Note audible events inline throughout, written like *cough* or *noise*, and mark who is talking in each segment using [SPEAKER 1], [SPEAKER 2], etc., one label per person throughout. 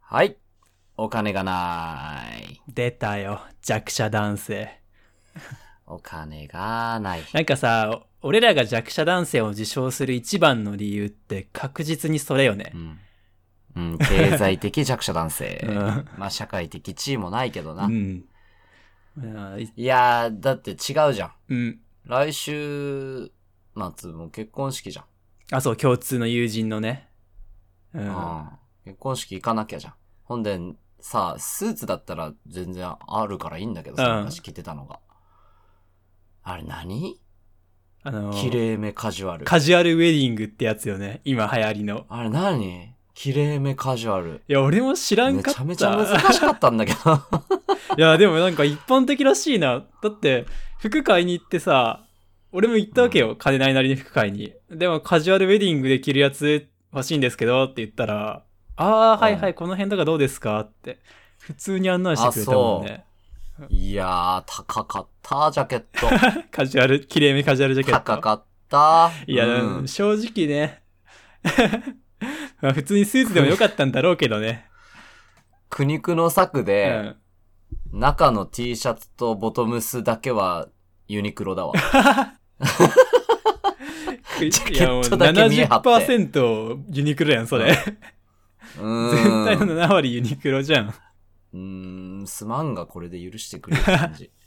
[SPEAKER 1] はい。お金がない。
[SPEAKER 2] 出たよ。弱者男性。
[SPEAKER 1] お金がない。
[SPEAKER 2] なんかさ、俺らが弱者男性を自称する一番の理由って確実にそれよね
[SPEAKER 1] う。ん。うん、経済的弱者男性。
[SPEAKER 2] *laughs* うん
[SPEAKER 1] まあ社会的地位もないけどな。
[SPEAKER 2] うん。あい
[SPEAKER 1] いやー、だって違うじゃん。
[SPEAKER 2] うん。
[SPEAKER 1] 来週、末も結婚式じゃん。
[SPEAKER 2] あ、そう、共通の友人のね。う。
[SPEAKER 1] うんん。結婚式行かなきゃじゃん。ほんで、さあ、スーツだったら全然あるからいいんだけどさ、
[SPEAKER 2] うん
[SPEAKER 1] 昔着てたのが。あれ何
[SPEAKER 2] あの、
[SPEAKER 1] 綺麗めカジュアル。
[SPEAKER 2] カジュアルウェディングってやつよね。今流行りの。
[SPEAKER 1] あれ何綺麗めカジュアル。
[SPEAKER 2] いや、俺も知らん
[SPEAKER 1] め
[SPEAKER 2] かっ
[SPEAKER 1] ち
[SPEAKER 2] た。
[SPEAKER 1] ゃめちゃ難しかったんだけ
[SPEAKER 2] *laughs*
[SPEAKER 1] ど。
[SPEAKER 2] いや、でもなんか一般的らしいな。だって、服買いに行ってさ、俺も行ったわけよ。金ないなりに服買いに。でも、カジュアルウェディングで着るやつ欲しいんですけどって言ったら、あー、はいはい、この辺とかどうですかって。普通に案内してくれたもんね。
[SPEAKER 1] いやー、高かった、ジャケット。
[SPEAKER 2] *laughs* カジュアル、きれいめカジュアルジャケット。
[SPEAKER 1] 高かった。
[SPEAKER 2] いや、
[SPEAKER 1] うん
[SPEAKER 2] 正直ね。 *laughs* まあ普通にスーツでもよかったんだろうけど
[SPEAKER 1] *laughs*
[SPEAKER 2] ね。
[SPEAKER 1] 苦肉の策
[SPEAKER 2] う
[SPEAKER 1] で、
[SPEAKER 2] ん。
[SPEAKER 1] 中の T シャツとボトムスだけはユニクロだわ。
[SPEAKER 2] い
[SPEAKER 1] ケ
[SPEAKER 2] や、もう
[SPEAKER 1] ットだけ見え張って
[SPEAKER 2] 70%ユニクロやん、 *laughs* そ
[SPEAKER 1] う
[SPEAKER 2] れ。*laughs*
[SPEAKER 1] ーん。
[SPEAKER 2] 全体の7割ユニクロじゃん。
[SPEAKER 1] うーん、すまんがこれで許してくれる感じ。
[SPEAKER 2] *laughs*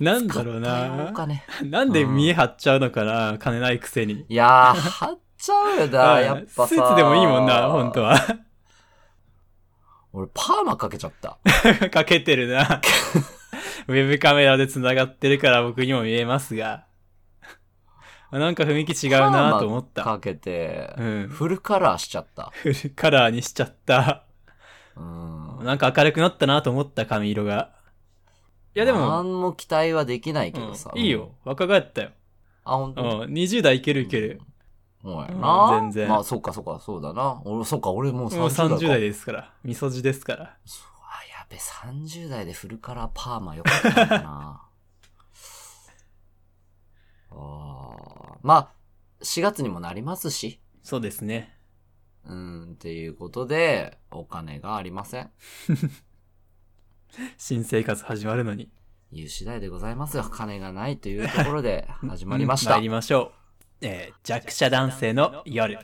[SPEAKER 2] なんだろ
[SPEAKER 1] 買
[SPEAKER 2] う
[SPEAKER 1] ったよお
[SPEAKER 2] な。
[SPEAKER 1] 金。
[SPEAKER 2] なんで見え張っちゃうのかな、金ないくせに。
[SPEAKER 1] いやー、貼っちゃうよ
[SPEAKER 2] う
[SPEAKER 1] だ、
[SPEAKER 2] ん
[SPEAKER 1] やっぱさ。
[SPEAKER 2] スーツでもいいもんな、本当。は。 *laughs*
[SPEAKER 1] 俺、パーマかけちゃった。
[SPEAKER 2] かけてるな。 *laughs* ウェブカメラで繋がってるから僕にも見えますが。 *laughs* あなんか雰囲気違うなと思っ
[SPEAKER 1] パーマ
[SPEAKER 2] た。
[SPEAKER 1] かけて、
[SPEAKER 2] うん。
[SPEAKER 1] フルカラーしちゃった。
[SPEAKER 2] フルカラーにしちゃった。
[SPEAKER 1] うーん。
[SPEAKER 2] なんか明るくなったなと思った髪色が。い
[SPEAKER 1] い
[SPEAKER 2] やでも、
[SPEAKER 1] 何も期待はできないけ
[SPEAKER 2] うん
[SPEAKER 1] どさ。
[SPEAKER 2] いいよ。。若返ったよ。
[SPEAKER 1] あ、本
[SPEAKER 2] う
[SPEAKER 1] 当。
[SPEAKER 2] ん。20代いけるいける。
[SPEAKER 1] もうや
[SPEAKER 2] う
[SPEAKER 1] な。
[SPEAKER 2] ん全然
[SPEAKER 1] まあ、そうか、そうか、そうだな。俺、そうか、俺もう
[SPEAKER 2] も
[SPEAKER 1] 30代
[SPEAKER 2] う
[SPEAKER 1] か。
[SPEAKER 2] 30代ですから。みそじですから。
[SPEAKER 1] そうあ、やべ、30代でフルカラーパーマよかったのかな。 *laughs* あーまあ、4月にもなりますし。
[SPEAKER 2] そうですね。
[SPEAKER 1] うん、っていうことで、お金がありません。
[SPEAKER 2] 新生活始まるのに。
[SPEAKER 1] いう次第でございますが、金がないというところで始まりま
[SPEAKER 2] *laughs*
[SPEAKER 1] した
[SPEAKER 2] 参。りましょう。えー弱者男性の夜。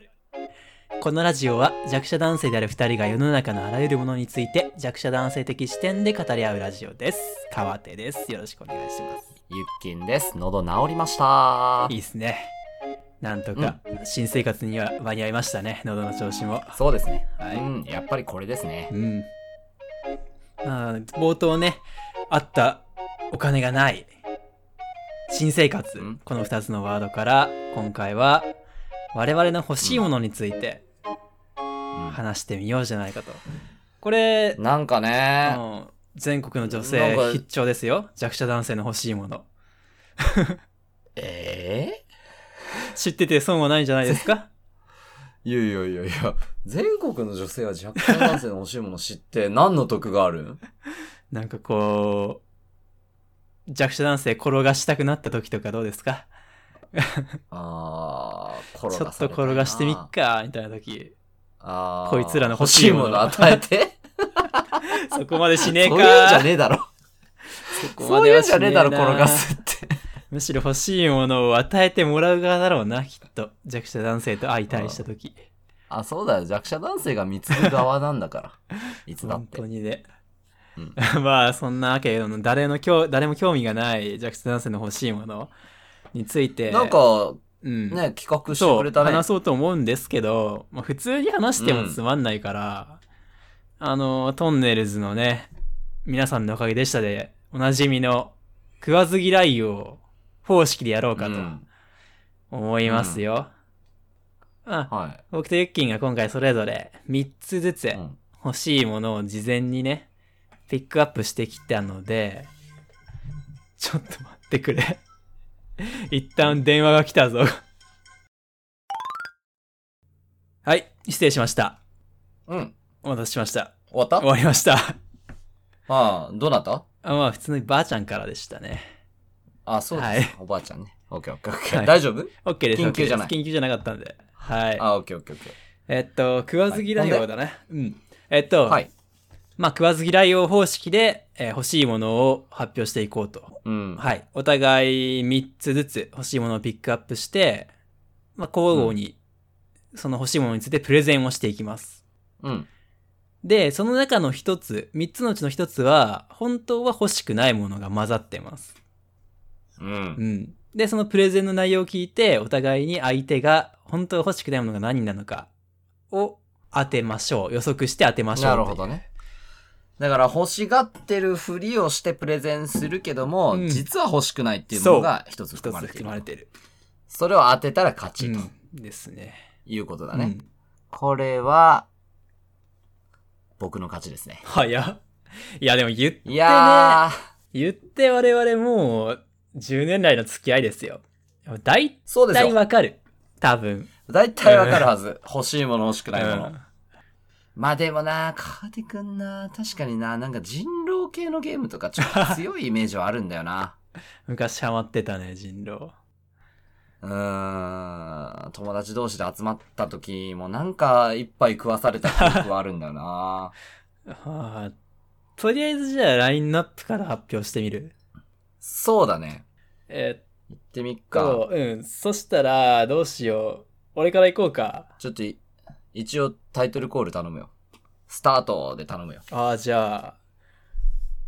[SPEAKER 2] このラジオは弱者男性である2人が世の中のあらゆるものについて弱者男性的視点で語り合うラジオです。川手です。よろしくお願いします。
[SPEAKER 1] ゆっきんです。喉治りました
[SPEAKER 2] い。いですね。なんとか新生活には間に合いましたね。喉の調子も。
[SPEAKER 1] そうですね。
[SPEAKER 2] は
[SPEAKER 1] う
[SPEAKER 2] い。
[SPEAKER 1] ん、やっぱりこれですね。
[SPEAKER 2] うん。まあ、冒頭ね、あったお金がない、新生活
[SPEAKER 1] うん、
[SPEAKER 2] この2つのワードから、今回は、我々の欲しいものについて
[SPEAKER 1] う
[SPEAKER 2] 話してみようじゃないかと。これ
[SPEAKER 1] ん、、なんかね、
[SPEAKER 2] うん全国の女
[SPEAKER 1] なん
[SPEAKER 2] 性
[SPEAKER 1] か
[SPEAKER 2] 必聴ですよ。弱者男性の欲しいもの。
[SPEAKER 1] ええ
[SPEAKER 2] 知ってて損はないんじゃないで
[SPEAKER 1] *laughs*
[SPEAKER 2] すか
[SPEAKER 1] いやいやいやいや、全国の女性は若干男性の欲しいもの知って何の得があるん
[SPEAKER 2] なんかこう、弱者男性転がしたくなった時とかどうですか
[SPEAKER 1] あー、
[SPEAKER 2] ち
[SPEAKER 1] 転
[SPEAKER 2] ょ
[SPEAKER 1] が
[SPEAKER 2] っ
[SPEAKER 1] されたい
[SPEAKER 2] と
[SPEAKER 1] な
[SPEAKER 2] 転がしてみっか、みたいな時。
[SPEAKER 1] あー
[SPEAKER 2] こいつらの欲しいもの
[SPEAKER 1] 欲しいもの与えて
[SPEAKER 2] そこま *laughs* でしねえか。
[SPEAKER 1] そういうんじゃねえだろ。
[SPEAKER 2] そこま
[SPEAKER 1] そう
[SPEAKER 2] で
[SPEAKER 1] いうん
[SPEAKER 2] は
[SPEAKER 1] じ
[SPEAKER 2] し
[SPEAKER 1] ゃね
[SPEAKER 2] ねえ
[SPEAKER 1] えだろ、転が。すって。
[SPEAKER 2] むしろ欲しいものを与えてもらう側だろうな、きっと。弱者男性と相対したとき。
[SPEAKER 1] あ、そうだよ。弱者男性が見つく側なんだ
[SPEAKER 2] *laughs*
[SPEAKER 1] から。いつだっ
[SPEAKER 2] 本
[SPEAKER 1] て
[SPEAKER 2] 当。にね。
[SPEAKER 1] うん
[SPEAKER 2] *laughs* まあ、そんなわけで、誰の興誰も興味がない弱者男性の欲しいものについて。
[SPEAKER 1] なん、か、
[SPEAKER 2] うん。
[SPEAKER 1] ね、企画して
[SPEAKER 2] そ
[SPEAKER 1] く
[SPEAKER 2] う、
[SPEAKER 1] れたね。
[SPEAKER 2] 話そうと思うんですけど、まあ、普通に話してもつまんないから、あの、トンネルズのね、皆さんのおかげでしたで、おなじみの食わず嫌いを方式でやろうかと
[SPEAKER 1] うん
[SPEAKER 2] 思いますよ。あ、
[SPEAKER 1] は
[SPEAKER 2] 僕とユッキンが今回それぞれ3つずつ
[SPEAKER 1] い。うん
[SPEAKER 2] 欲しいものを事前にね、ピックアップしてきたので、ちょっと待ってくれ。 *laughs* 一旦電話が来たぞ。はい、失礼しました。
[SPEAKER 1] うん。
[SPEAKER 2] お待たせしました。
[SPEAKER 1] 終わった
[SPEAKER 2] 終わりました。
[SPEAKER 1] ああ、どうなった
[SPEAKER 2] あまあ、普通のばあちゃんからでしたね。
[SPEAKER 1] あ、そう
[SPEAKER 2] は
[SPEAKER 1] で
[SPEAKER 2] い
[SPEAKER 1] す。おばあちゃんね。オッケーオッケーオッケ
[SPEAKER 2] は
[SPEAKER 1] ー。
[SPEAKER 2] い
[SPEAKER 1] 大丈夫
[SPEAKER 2] OK です。
[SPEAKER 1] 緊急じゃない
[SPEAKER 2] OK です緊急じゃなかったんで。はい。
[SPEAKER 1] あ、オッケーオッケーオッケー。
[SPEAKER 2] えっと、食わず嫌い
[SPEAKER 1] はい
[SPEAKER 2] 方だね。うん。えっと、
[SPEAKER 1] はい。
[SPEAKER 2] まあ、食わず嫌いを方式で、えー欲しいものを発表していこうと。
[SPEAKER 1] うん。
[SPEAKER 2] はい。お互い3つずつ欲しいものをピックアップして、まあ、交互に、その欲しいものについてプレゼンをしていきます。
[SPEAKER 1] うん。
[SPEAKER 2] で、その中の1つ、3つのうちの1つは、本当は欲しくないものが混ざってます。
[SPEAKER 1] う。
[SPEAKER 2] うんん。で、そのプレゼンの内容を聞いて、お互いに相手が本当は欲しくないものが何なのかを当てましょう。予測して当てましょう
[SPEAKER 1] な
[SPEAKER 2] とい
[SPEAKER 1] る
[SPEAKER 2] う。
[SPEAKER 1] ほどね。だから欲しがってるふりをしてプレゼンするけども、
[SPEAKER 2] うん
[SPEAKER 1] 実は欲しくないっていうものが一つ
[SPEAKER 2] 一
[SPEAKER 1] 含ま
[SPEAKER 2] つ
[SPEAKER 1] れてい
[SPEAKER 2] 含
[SPEAKER 1] る
[SPEAKER 2] ま。れてる。
[SPEAKER 1] それを当てたら勝ちと
[SPEAKER 2] うん、ですね。
[SPEAKER 1] いうことだ
[SPEAKER 2] う
[SPEAKER 1] ね。
[SPEAKER 2] ん。
[SPEAKER 1] これは、僕の勝ちですね。
[SPEAKER 2] 早っ。いや、でも言って
[SPEAKER 1] い
[SPEAKER 2] ね、
[SPEAKER 1] やー、
[SPEAKER 2] 言って我々もう10年来の付き合いですよ。大
[SPEAKER 1] そうです
[SPEAKER 2] 体
[SPEAKER 1] よ。
[SPEAKER 2] わかる。多分。
[SPEAKER 1] 大体わかるはず。欲しいもの欲しくないもの。
[SPEAKER 2] うん
[SPEAKER 1] まあでもな、カーテくんな、確かにな、なんか人狼系のゲームとかちょっと強いイメージはあるんだよな。 *laughs*
[SPEAKER 2] 昔ハマってたね、人狼。
[SPEAKER 1] うーん、友達同士で集まった時もなんか一杯食わされた記憶はあるんだよな。 *laughs*
[SPEAKER 2] はあ、とりあえずじゃあラインナップから発表してみる。
[SPEAKER 1] そうだね。
[SPEAKER 2] えっ
[SPEAKER 1] 行ってみっか。
[SPEAKER 2] と、うん。そしたら、どうしよう。俺から行こうか。
[SPEAKER 1] ちょっとい、一応タイトルコール頼むよ。スタートで頼むよ。
[SPEAKER 2] ああ、じゃあ、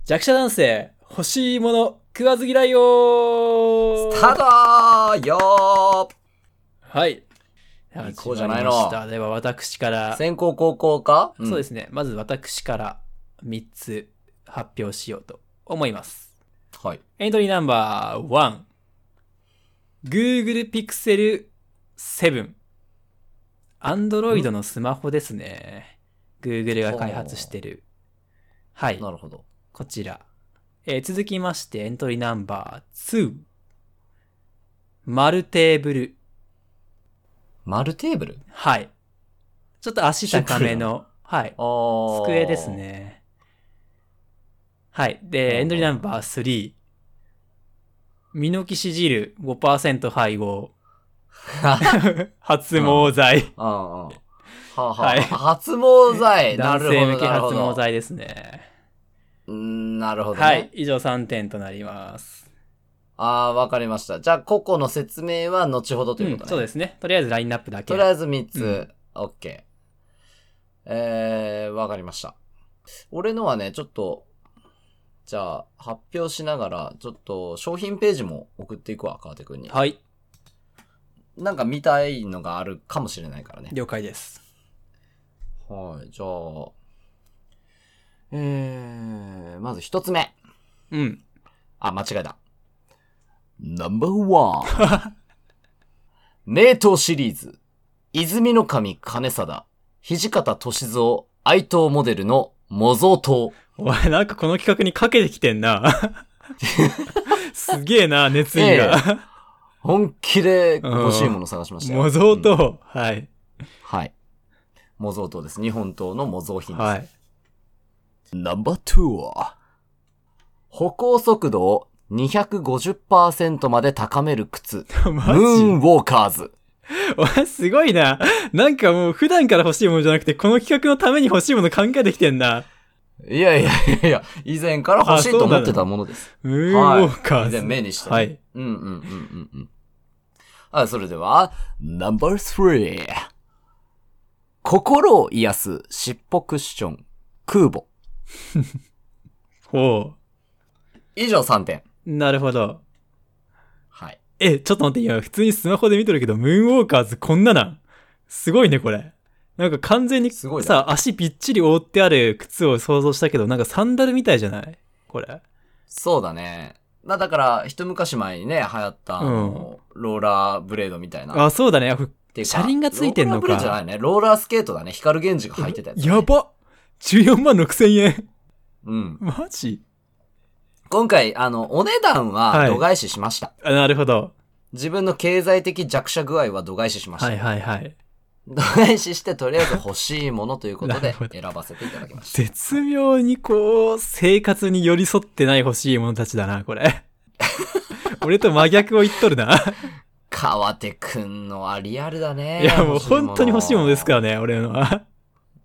[SPEAKER 2] 弱者男性、欲しいもの、食わず嫌いよー
[SPEAKER 1] スタートーよー
[SPEAKER 2] はい。
[SPEAKER 1] いこうじゃないの
[SPEAKER 2] 始まりましたでは私から、
[SPEAKER 1] 先行高校か、。
[SPEAKER 2] そうですすね。まず私から3つ発表しようと思います。
[SPEAKER 1] はい。
[SPEAKER 2] エントリーナンバー1。Google Pixel 7。Android のスマホですね。Google が開発してる。はい。
[SPEAKER 1] なるほど。
[SPEAKER 2] こちら。えー続きまして、エントリーナンバー2。丸テーブル。
[SPEAKER 1] 丸テーブル
[SPEAKER 2] はい。ちょっと足高め
[SPEAKER 1] シンプル
[SPEAKER 2] の、はい。
[SPEAKER 1] あー
[SPEAKER 2] 机です。ね。はい。で、エントリーナンバー3。ミノキシジル5%配
[SPEAKER 1] *laughs*
[SPEAKER 2] 合。発毛剤。
[SPEAKER 1] うんうん。はあはあ
[SPEAKER 2] はい
[SPEAKER 1] 発毛剤。な
[SPEAKER 2] *laughs*
[SPEAKER 1] る
[SPEAKER 2] 男
[SPEAKER 1] ほ
[SPEAKER 2] 性
[SPEAKER 1] ど。
[SPEAKER 2] 向け
[SPEAKER 1] なる
[SPEAKER 2] 発
[SPEAKER 1] ほど
[SPEAKER 2] 毛。剤ですね。
[SPEAKER 1] うーんなるほど、ね。
[SPEAKER 2] はい。。以上3点となります。
[SPEAKER 1] ああー、わかりました。じゃあ、個々の説明は後ほどということね。。
[SPEAKER 2] うんそうですすね。とりあえずラインナップだけ。
[SPEAKER 1] とりあえず3つ。
[SPEAKER 2] う
[SPEAKER 1] OK。えー、わかりました。俺のはね、ちょっと、じゃあ、発表しながら、ちょっと、商品ページも送っていくわ、川手くんに。
[SPEAKER 2] はい。
[SPEAKER 1] なんか見たいのがあるかもしれないからね。
[SPEAKER 2] 了解です。
[SPEAKER 1] はい、じゃあ、えー、まず一つ目。
[SPEAKER 2] うん。
[SPEAKER 1] あ、間違えた。ナンバー *laughs* ワン。名刀シリーズ。泉の神金貞。土方歳三愛刀モデルの模造刀。
[SPEAKER 2] お前なんかこの企画にかけてきて
[SPEAKER 1] *laughs*
[SPEAKER 2] んな。すげえな、熱意が。
[SPEAKER 1] 本気で欲しいもの探しましたよ。
[SPEAKER 2] 模造
[SPEAKER 1] うん
[SPEAKER 2] と、はい。
[SPEAKER 1] はい。模造刀です。日本刀の模造品です。
[SPEAKER 2] はい。
[SPEAKER 1] ナンバー2は、歩行速度を250%まで高める靴。ム
[SPEAKER 2] *laughs* マ
[SPEAKER 1] ーン
[SPEAKER 2] ジ
[SPEAKER 1] ウォーカーズ。
[SPEAKER 2] お前すごいな。なんかもう普段から欲しいものじゃなくて、この企画のために欲しいもの考えてきてんな。
[SPEAKER 1] いやいやいやいや、以前から欲しいと思ってたものです。
[SPEAKER 2] ムーンウォーカー
[SPEAKER 1] 以
[SPEAKER 2] ズ。
[SPEAKER 1] 前目にして、ね。
[SPEAKER 2] はい。
[SPEAKER 1] うんうんうんうんうん。はい、それでは、ナンバー3。心を癒す尻尾クッション、空母。
[SPEAKER 2] ほ
[SPEAKER 1] 以上3点。
[SPEAKER 2] う。なるほど。
[SPEAKER 1] はい。
[SPEAKER 2] え、ちょっと待って、今普通にスマホで見とるけど、ムーンウォーカーズこんななんすごいね、これ。なんか完全に
[SPEAKER 1] すごいね
[SPEAKER 2] さ、足ぴっちり覆ってある靴を想像したけど、なんかサンダルみたいじゃないこれ。
[SPEAKER 1] そうだね。まあだから、一昔前にね、流行った、あのローラーブレードみたいな。
[SPEAKER 2] あ、そうだね。あこ
[SPEAKER 1] っていうか
[SPEAKER 2] 車輪がついてんの
[SPEAKER 1] ローラーブ
[SPEAKER 2] か
[SPEAKER 1] レードじゃないね。ローラースケートだね。光源氏が
[SPEAKER 2] れ
[SPEAKER 1] 履いてたやつ、
[SPEAKER 2] や。ば !14 万6千円
[SPEAKER 1] うん。
[SPEAKER 2] マジ
[SPEAKER 1] 今回、あの、お値段
[SPEAKER 2] は
[SPEAKER 1] はい度外視しました。
[SPEAKER 2] あなるほど。
[SPEAKER 1] 自分の経済的弱者具合は度外視しました。
[SPEAKER 2] はいはいはい。
[SPEAKER 1] 度外視して、とりあえず欲しいものということ
[SPEAKER 2] なる
[SPEAKER 1] で
[SPEAKER 2] ほど
[SPEAKER 1] 選ばせていただきました。
[SPEAKER 2] 絶妙にこう、生活に寄り添ってない欲しいものたちだな、こ *laughs* れ。俺と真逆を言っとる *laughs* な。
[SPEAKER 1] 川手くんのはリアルだね。。
[SPEAKER 2] いや、もう本当に欲しいものですかららね、俺のは。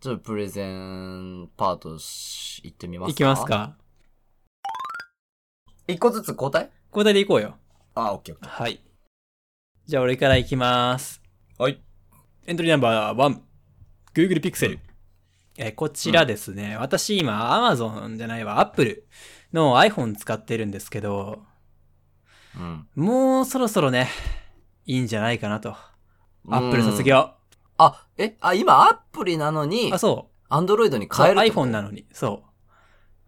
[SPEAKER 1] ちょっとプレゼンパートし、行ってみますか
[SPEAKER 2] いきます。か。
[SPEAKER 1] 一個ずつ交代
[SPEAKER 2] 交代でいこうよ。
[SPEAKER 1] あ、オッケーオッケ
[SPEAKER 2] はい。じゃあ俺からいきます。
[SPEAKER 1] ー。はい。
[SPEAKER 2] エントリーナンバー1。Google Pixel。えーこちらですね。私今 Amazon じゃないわ、Apple の iPhone 使ってるんですけど、
[SPEAKER 1] うん。
[SPEAKER 2] もうそろそろね、いいんじゃないかなと。Apple
[SPEAKER 1] うん
[SPEAKER 2] 卒。業。
[SPEAKER 1] あ、え、あ、今アプリなのに
[SPEAKER 2] あ、、そう。
[SPEAKER 1] アンドロイドに
[SPEAKER 2] そ
[SPEAKER 1] 変
[SPEAKER 2] う
[SPEAKER 1] えるってこと
[SPEAKER 2] iPhone なのに、そ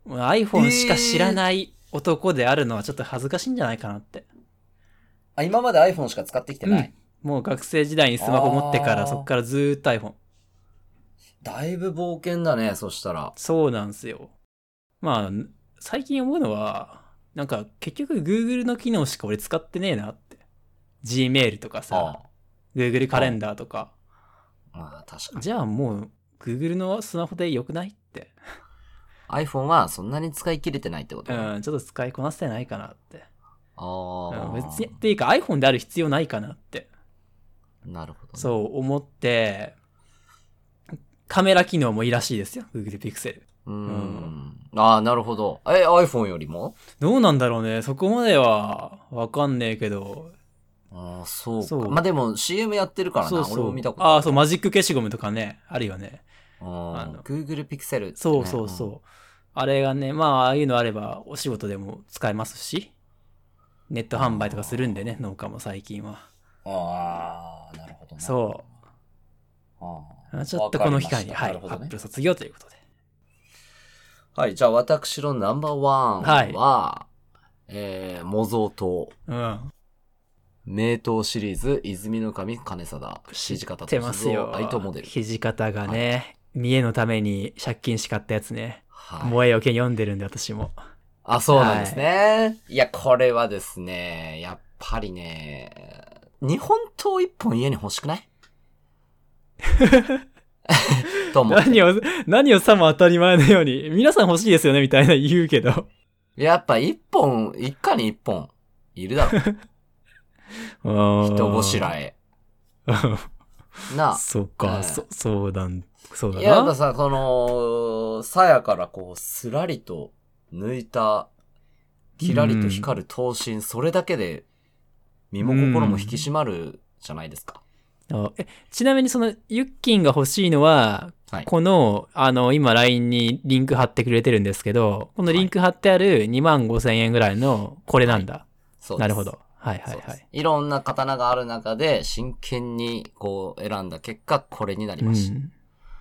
[SPEAKER 2] う。もう iPhone しか知らない男であるのはちょっと恥ずかしいんじゃないかなって。
[SPEAKER 1] あ、今まで iPhone しか使ってきてない。
[SPEAKER 2] うん、もう学生時代にスマホ持ってか
[SPEAKER 1] あー
[SPEAKER 2] らそっからずーっと iPhone。
[SPEAKER 1] だいぶ冒険だね、そしたら。
[SPEAKER 2] そうなんすよ。まあ、最近思うのは、なんか結局 Google の機能しか俺使ってねえなって。Gmail とかさ、Google カレンダーとか。
[SPEAKER 1] あ、まあ確かに。
[SPEAKER 2] じゃあもう Google のスマホで良くないって。
[SPEAKER 1] iPhone はそんなに使い切れてないってこと、あ
[SPEAKER 2] うん、ちょっと使いこなせてないかなって。
[SPEAKER 1] あ
[SPEAKER 2] うん、別に、っ
[SPEAKER 1] ー。
[SPEAKER 2] ていうか iPhone である必要ないかなって。
[SPEAKER 1] なるほど、ね。う。
[SPEAKER 2] そう思って、カメラ機能もいいらしいですよ、Google Pixel。
[SPEAKER 1] うん。
[SPEAKER 2] うん
[SPEAKER 1] ああ、なるほど。え、iPhone よりも
[SPEAKER 2] どうなんだろうね、そこまではわかんねえけど。
[SPEAKER 1] ああ、そうか。
[SPEAKER 2] そう
[SPEAKER 1] まあでも CM やってるからな。
[SPEAKER 2] そうそう。
[SPEAKER 1] 俺も見たこと
[SPEAKER 2] あ
[SPEAKER 1] あ
[SPEAKER 2] あ、そう、マジック消しゴムとかね、あるよね。
[SPEAKER 1] る。うん
[SPEAKER 2] あの
[SPEAKER 1] Google Pixel ってね、
[SPEAKER 2] そうそうそう。あれがね、まあ、ああいうのあれば、お仕事でも使えますし、ネット販売とかするんでね、農家も最近は。
[SPEAKER 1] うん。ああ、なるほど、ね。。
[SPEAKER 2] そうう。ちょっとこの機会に、
[SPEAKER 1] わか
[SPEAKER 2] はい、
[SPEAKER 1] り
[SPEAKER 2] ア
[SPEAKER 1] ましたなるほど
[SPEAKER 2] ッ
[SPEAKER 1] ね
[SPEAKER 2] プ。ル卒業ということで。
[SPEAKER 1] はい、じゃあ私のナンバーワンは、えー、模造刀。
[SPEAKER 2] うん。
[SPEAKER 1] 名刀シリーズ、泉の神金貞。土方
[SPEAKER 2] 知ってますよ。
[SPEAKER 1] 愛とモデル。
[SPEAKER 2] 土方がね、見栄のために借金しかったやつね。
[SPEAKER 1] はい。
[SPEAKER 2] 萌えよけ読んでるんで、私も。
[SPEAKER 1] あ、そうなんですね。い、や、これはですね、やっぱりね、日本刀一本家に欲しくない *laughs* と思って。
[SPEAKER 2] 何を、何をさも当たり前のように、皆さん欲しいですよね、みたいな言うけど。
[SPEAKER 1] やっぱ一本、一家に一本、いるだ
[SPEAKER 2] *laughs*
[SPEAKER 1] ろう。人
[SPEAKER 2] 人
[SPEAKER 1] ごしらえ。なあ。
[SPEAKER 2] そっ
[SPEAKER 1] う
[SPEAKER 2] か、
[SPEAKER 1] ん
[SPEAKER 2] そ、そうだん、そうだ
[SPEAKER 1] いや、やっぱ
[SPEAKER 2] な。
[SPEAKER 1] さ、この、鞘からこう、すらりと抜いた、きらりと光る刀身、それだけで、身も心も引き締まるじゃないですか。
[SPEAKER 2] あえちなみにその、ユッキンが欲しいのは、
[SPEAKER 1] はい。
[SPEAKER 2] この、あの、今 LINE にリンク貼ってくれてるんですけど、このリンク貼ってある2万5千円ぐらいの、これなんだ。
[SPEAKER 1] そうです
[SPEAKER 2] なるほど。。はいはい
[SPEAKER 1] そうで
[SPEAKER 2] は
[SPEAKER 1] す
[SPEAKER 2] い。。
[SPEAKER 1] いろんな刀がある中で、真剣にこう選んだ結果、これになり
[SPEAKER 2] う
[SPEAKER 1] まし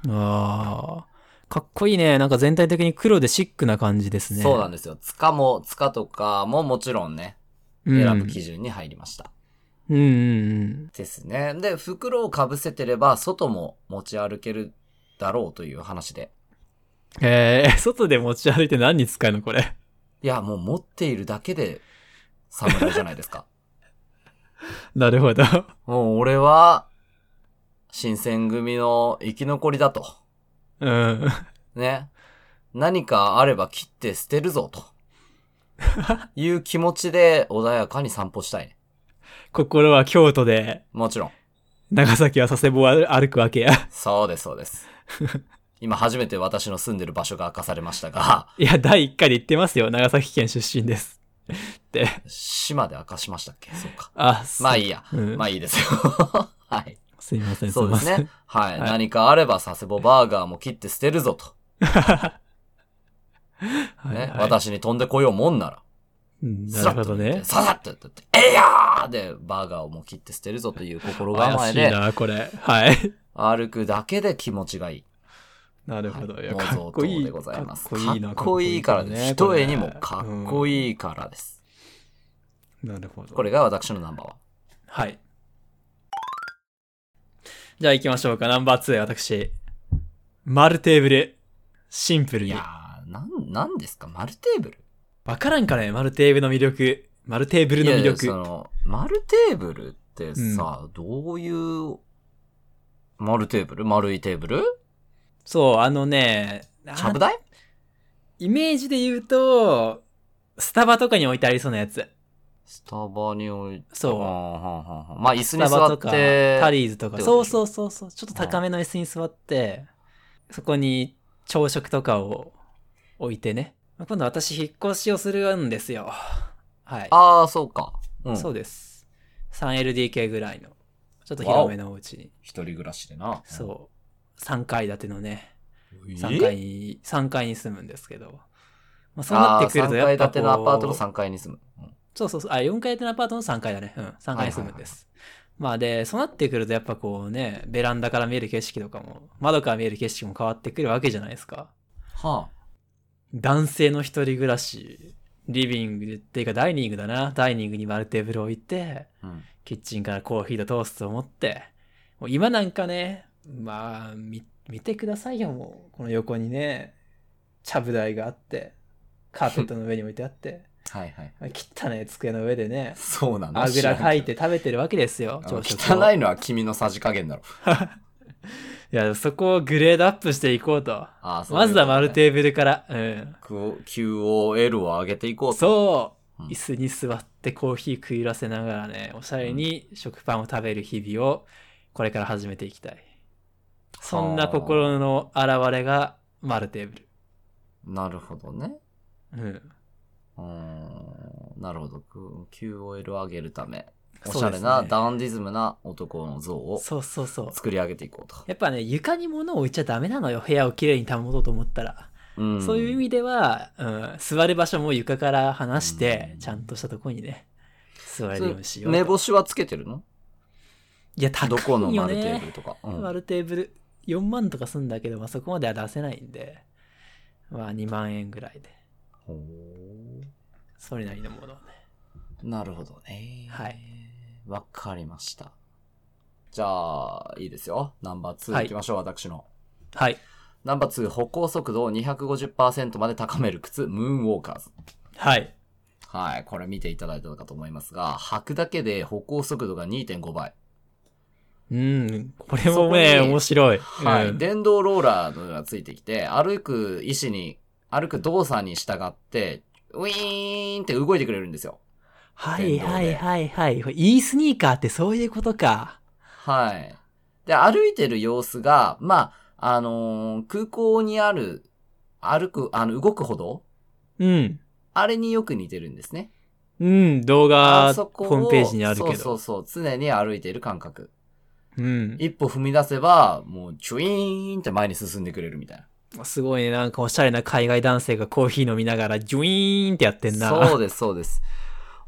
[SPEAKER 1] た。
[SPEAKER 2] ん。ああ、かっこいいね。なんか全体的に黒でシックな感じですね。
[SPEAKER 1] そうなん
[SPEAKER 2] で
[SPEAKER 1] ですよ。塚も、塚とかももちろんね、
[SPEAKER 2] す
[SPEAKER 1] 選ぶ基準に入りました。
[SPEAKER 2] うんうんうん。
[SPEAKER 1] ですね。で、袋をかぶせてれば、外も持ち歩けるだろうという話で。
[SPEAKER 2] えー、外で持ち歩いて何に使うのこれ。 *laughs*
[SPEAKER 1] いや、もう持っているだけで、侍じゃないです
[SPEAKER 2] *laughs*
[SPEAKER 1] か。
[SPEAKER 2] なるほど。
[SPEAKER 1] もう俺は、新選組の生き残りだと。
[SPEAKER 2] うん。
[SPEAKER 1] ね。何かあれば切って捨てるぞ、
[SPEAKER 2] *laughs*
[SPEAKER 1] と。いう気持ちで穏やかに散歩したいね。
[SPEAKER 2] 心は京都で、
[SPEAKER 1] もちろん。
[SPEAKER 2] 長崎は佐世保を歩くわけや。 *laughs*
[SPEAKER 1] そうです、そうです。今初めて私の住んでる場所が明かされましたが、
[SPEAKER 2] いや、第1回で言ってますよ。長崎県出身です。って。
[SPEAKER 1] 島で明かしましたっけそうか。
[SPEAKER 2] あ、
[SPEAKER 1] まあ
[SPEAKER 2] い。
[SPEAKER 1] いいや。
[SPEAKER 2] うん
[SPEAKER 1] まあいいですよ。 *laughs* はい。
[SPEAKER 2] すいません、
[SPEAKER 1] そうです
[SPEAKER 2] いません
[SPEAKER 1] ね。はい。
[SPEAKER 2] はい
[SPEAKER 1] 何かあれば佐世保バーガーも切って捨てるぞと。 *laughs*
[SPEAKER 2] はい
[SPEAKER 1] ね。
[SPEAKER 2] はい
[SPEAKER 1] 私に飛んでこようもんなら。
[SPEAKER 2] うん
[SPEAKER 1] ス
[SPEAKER 2] な
[SPEAKER 1] ラッ
[SPEAKER 2] るほ
[SPEAKER 1] と
[SPEAKER 2] ど
[SPEAKER 1] 抜いて
[SPEAKER 2] ね。
[SPEAKER 1] ささっとやってって、えいやーで、バーガーをもう切って捨てるぞという心構え
[SPEAKER 2] 怪しい
[SPEAKER 1] で、
[SPEAKER 2] な、これ。はい。
[SPEAKER 1] 歩くだけで気持ちがいい。
[SPEAKER 2] なるほど。いや
[SPEAKER 1] 模
[SPEAKER 2] か
[SPEAKER 1] 造
[SPEAKER 2] っこい
[SPEAKER 1] 刀
[SPEAKER 2] い。
[SPEAKER 1] でございます。
[SPEAKER 2] かっこいいな。
[SPEAKER 1] かっこいいからです。ひとえにもかっこ
[SPEAKER 2] い。
[SPEAKER 1] いいからです。
[SPEAKER 2] うんなるほど。
[SPEAKER 1] これが私のナンバーワン。
[SPEAKER 2] はい。じゃあ行きましょうか。ナンバー2、私。丸テーブル。シンプル
[SPEAKER 1] い
[SPEAKER 2] に。
[SPEAKER 1] や
[SPEAKER 2] わ
[SPEAKER 1] ー、なん、なんですか丸テーブル
[SPEAKER 2] からんかね、丸テーブルの魅力。丸テーブルの魅
[SPEAKER 1] いや
[SPEAKER 2] 力。
[SPEAKER 1] その、丸テーブルってさ、どういう、丸テーブル丸いテーブル
[SPEAKER 2] そう、あのね、あ
[SPEAKER 1] ちゃぶ台
[SPEAKER 2] イメージで言うと、スタバとかに置いてありそうなやつ。
[SPEAKER 1] スタバに置いて。
[SPEAKER 2] そう
[SPEAKER 1] はんはんはんはんまあ、椅子
[SPEAKER 2] ス
[SPEAKER 1] に
[SPEAKER 2] タ
[SPEAKER 1] 座
[SPEAKER 2] バ
[SPEAKER 1] っ
[SPEAKER 2] とか、
[SPEAKER 1] て。
[SPEAKER 2] タリーズとか。
[SPEAKER 1] ってこと
[SPEAKER 2] そう
[SPEAKER 1] でしょ
[SPEAKER 2] そうそうそう。ちょっと高めの椅子に座って、そこに朝食とかを置いてね。今度私引っ越しをするんですよ。はい。
[SPEAKER 1] ああ、そうか。うん。
[SPEAKER 2] そううです。3LDK ぐらいの、ちょっと広めのお家に。
[SPEAKER 1] 一人暮らしでな。
[SPEAKER 2] そう。3階建てのね、
[SPEAKER 1] うん。
[SPEAKER 2] 3階
[SPEAKER 1] え
[SPEAKER 2] に、三階に住むんですけど。まあ、そうな
[SPEAKER 1] あ
[SPEAKER 2] っ
[SPEAKER 1] あ
[SPEAKER 2] てくると
[SPEAKER 1] 3
[SPEAKER 2] やっ
[SPEAKER 1] 階
[SPEAKER 2] ぱ
[SPEAKER 1] 建
[SPEAKER 2] こ
[SPEAKER 1] て
[SPEAKER 2] う
[SPEAKER 1] のアパートの3階に住む。うん
[SPEAKER 2] そうそうそう。あ、4階建てのアパートの3階だね。うん。3階に住むんです。まあで、そうなってくるとやっぱこうね、ベランダから見える景色とかも、窓から見える景色も変わってくるわけじゃないですか。
[SPEAKER 1] は
[SPEAKER 2] 男性の一人暮らし、リビングでっていうかダイニングだな。ダイニングに丸テーブル置いて、
[SPEAKER 1] あ。うん。
[SPEAKER 2] キッチンからコーヒーとトーストを持って、もう今なんかね、まあ、み見てくださいよ、もう。この横にね、ちゃぶ台があって、カーペットの上に置いてあって、
[SPEAKER 1] はいはい。
[SPEAKER 2] 汚い机の上でね、
[SPEAKER 1] そうなの
[SPEAKER 2] あぐらかい
[SPEAKER 1] て。
[SPEAKER 2] て食べてるわけですよ、
[SPEAKER 1] あの
[SPEAKER 2] を
[SPEAKER 1] 汚いのは君のさじ加減だろ。
[SPEAKER 2] いや、そこをグレードアップしていこうと。
[SPEAKER 1] ああ、そうい
[SPEAKER 2] ま
[SPEAKER 1] う
[SPEAKER 2] ず
[SPEAKER 1] こと
[SPEAKER 2] は
[SPEAKER 1] ね
[SPEAKER 2] 丸テーブルから。うん。
[SPEAKER 1] Q- QOL を上げていこうと。
[SPEAKER 2] そ
[SPEAKER 1] う
[SPEAKER 2] う、
[SPEAKER 1] ん
[SPEAKER 2] 椅子に座ってコーヒー食い入らせながらね、おしゃれに食パンを食べる日々をこれから始めていきたい。そんな心の現れが丸テーブル。
[SPEAKER 1] なるほどね。
[SPEAKER 2] うん。
[SPEAKER 1] うーんなるほど。Q- QOL を上げるため、おし
[SPEAKER 2] そ
[SPEAKER 1] ゃ
[SPEAKER 2] うで
[SPEAKER 1] れ
[SPEAKER 2] す
[SPEAKER 1] な
[SPEAKER 2] ね
[SPEAKER 1] ダウンディズムな男の像を
[SPEAKER 2] そうそうそう。
[SPEAKER 1] 作り上げていこうと。
[SPEAKER 2] やっぱね、床に物を置いちゃダメなのよ。部屋をきれいに保とうと思ったら。
[SPEAKER 1] うん
[SPEAKER 2] そういう意味では、うん、座る場所も床から離して、
[SPEAKER 1] うん
[SPEAKER 2] ちゃんとしたとこにね、座れるようにしようと。
[SPEAKER 1] 目星はつけてるの
[SPEAKER 2] いや、高
[SPEAKER 1] どこの
[SPEAKER 2] いよ
[SPEAKER 1] 丸テー
[SPEAKER 2] ね
[SPEAKER 1] ブ。ルとか。うん
[SPEAKER 2] 丸テーブル4万とかすんだけど、まあ、そこまでは出せないんで、まあ、2万円ぐらいで、
[SPEAKER 1] ほう
[SPEAKER 2] それなりのものをね。
[SPEAKER 1] なるほどね。
[SPEAKER 2] はい。
[SPEAKER 1] わかりました。じゃあ、いいですよ。ナンバー2
[SPEAKER 2] はい
[SPEAKER 1] 行きましょう、私の。
[SPEAKER 2] はい。
[SPEAKER 1] ナンバー2、歩行速度を250%まで高める靴、ムーンウォーカーズ。
[SPEAKER 2] はい。
[SPEAKER 1] はい、これ見ていただいたのかと思いますが、履くだけで歩行速度が2.5倍。
[SPEAKER 2] うん、これもね、
[SPEAKER 1] そこに
[SPEAKER 2] 面白い。
[SPEAKER 1] はい、
[SPEAKER 2] うん
[SPEAKER 1] 電動ローラーのようなついてきて、歩く意思に、歩く動作に従って、ウィーンって動いてくれるんですよ。
[SPEAKER 2] はいはいはいはい。e スニーカーってそういうことか。
[SPEAKER 1] はい。で、歩いてる様子が、まあ、あのー空港にある、歩く、あの、動く歩道
[SPEAKER 2] うん。
[SPEAKER 1] あれによく似てるんですね。
[SPEAKER 2] うん、動画、
[SPEAKER 1] そこ
[SPEAKER 2] ホ
[SPEAKER 1] を
[SPEAKER 2] ームページにあるけど。
[SPEAKER 1] そうそうそう、常に歩いている感覚。
[SPEAKER 2] うん。
[SPEAKER 1] 一歩踏み出せば、もう、チュイーンって前に進んでくれるみたいな。
[SPEAKER 2] すごいね、なんかおしゃれな海外男性がコーヒー飲みながら、ジュイーンってやってんな。
[SPEAKER 1] そうです、そうです。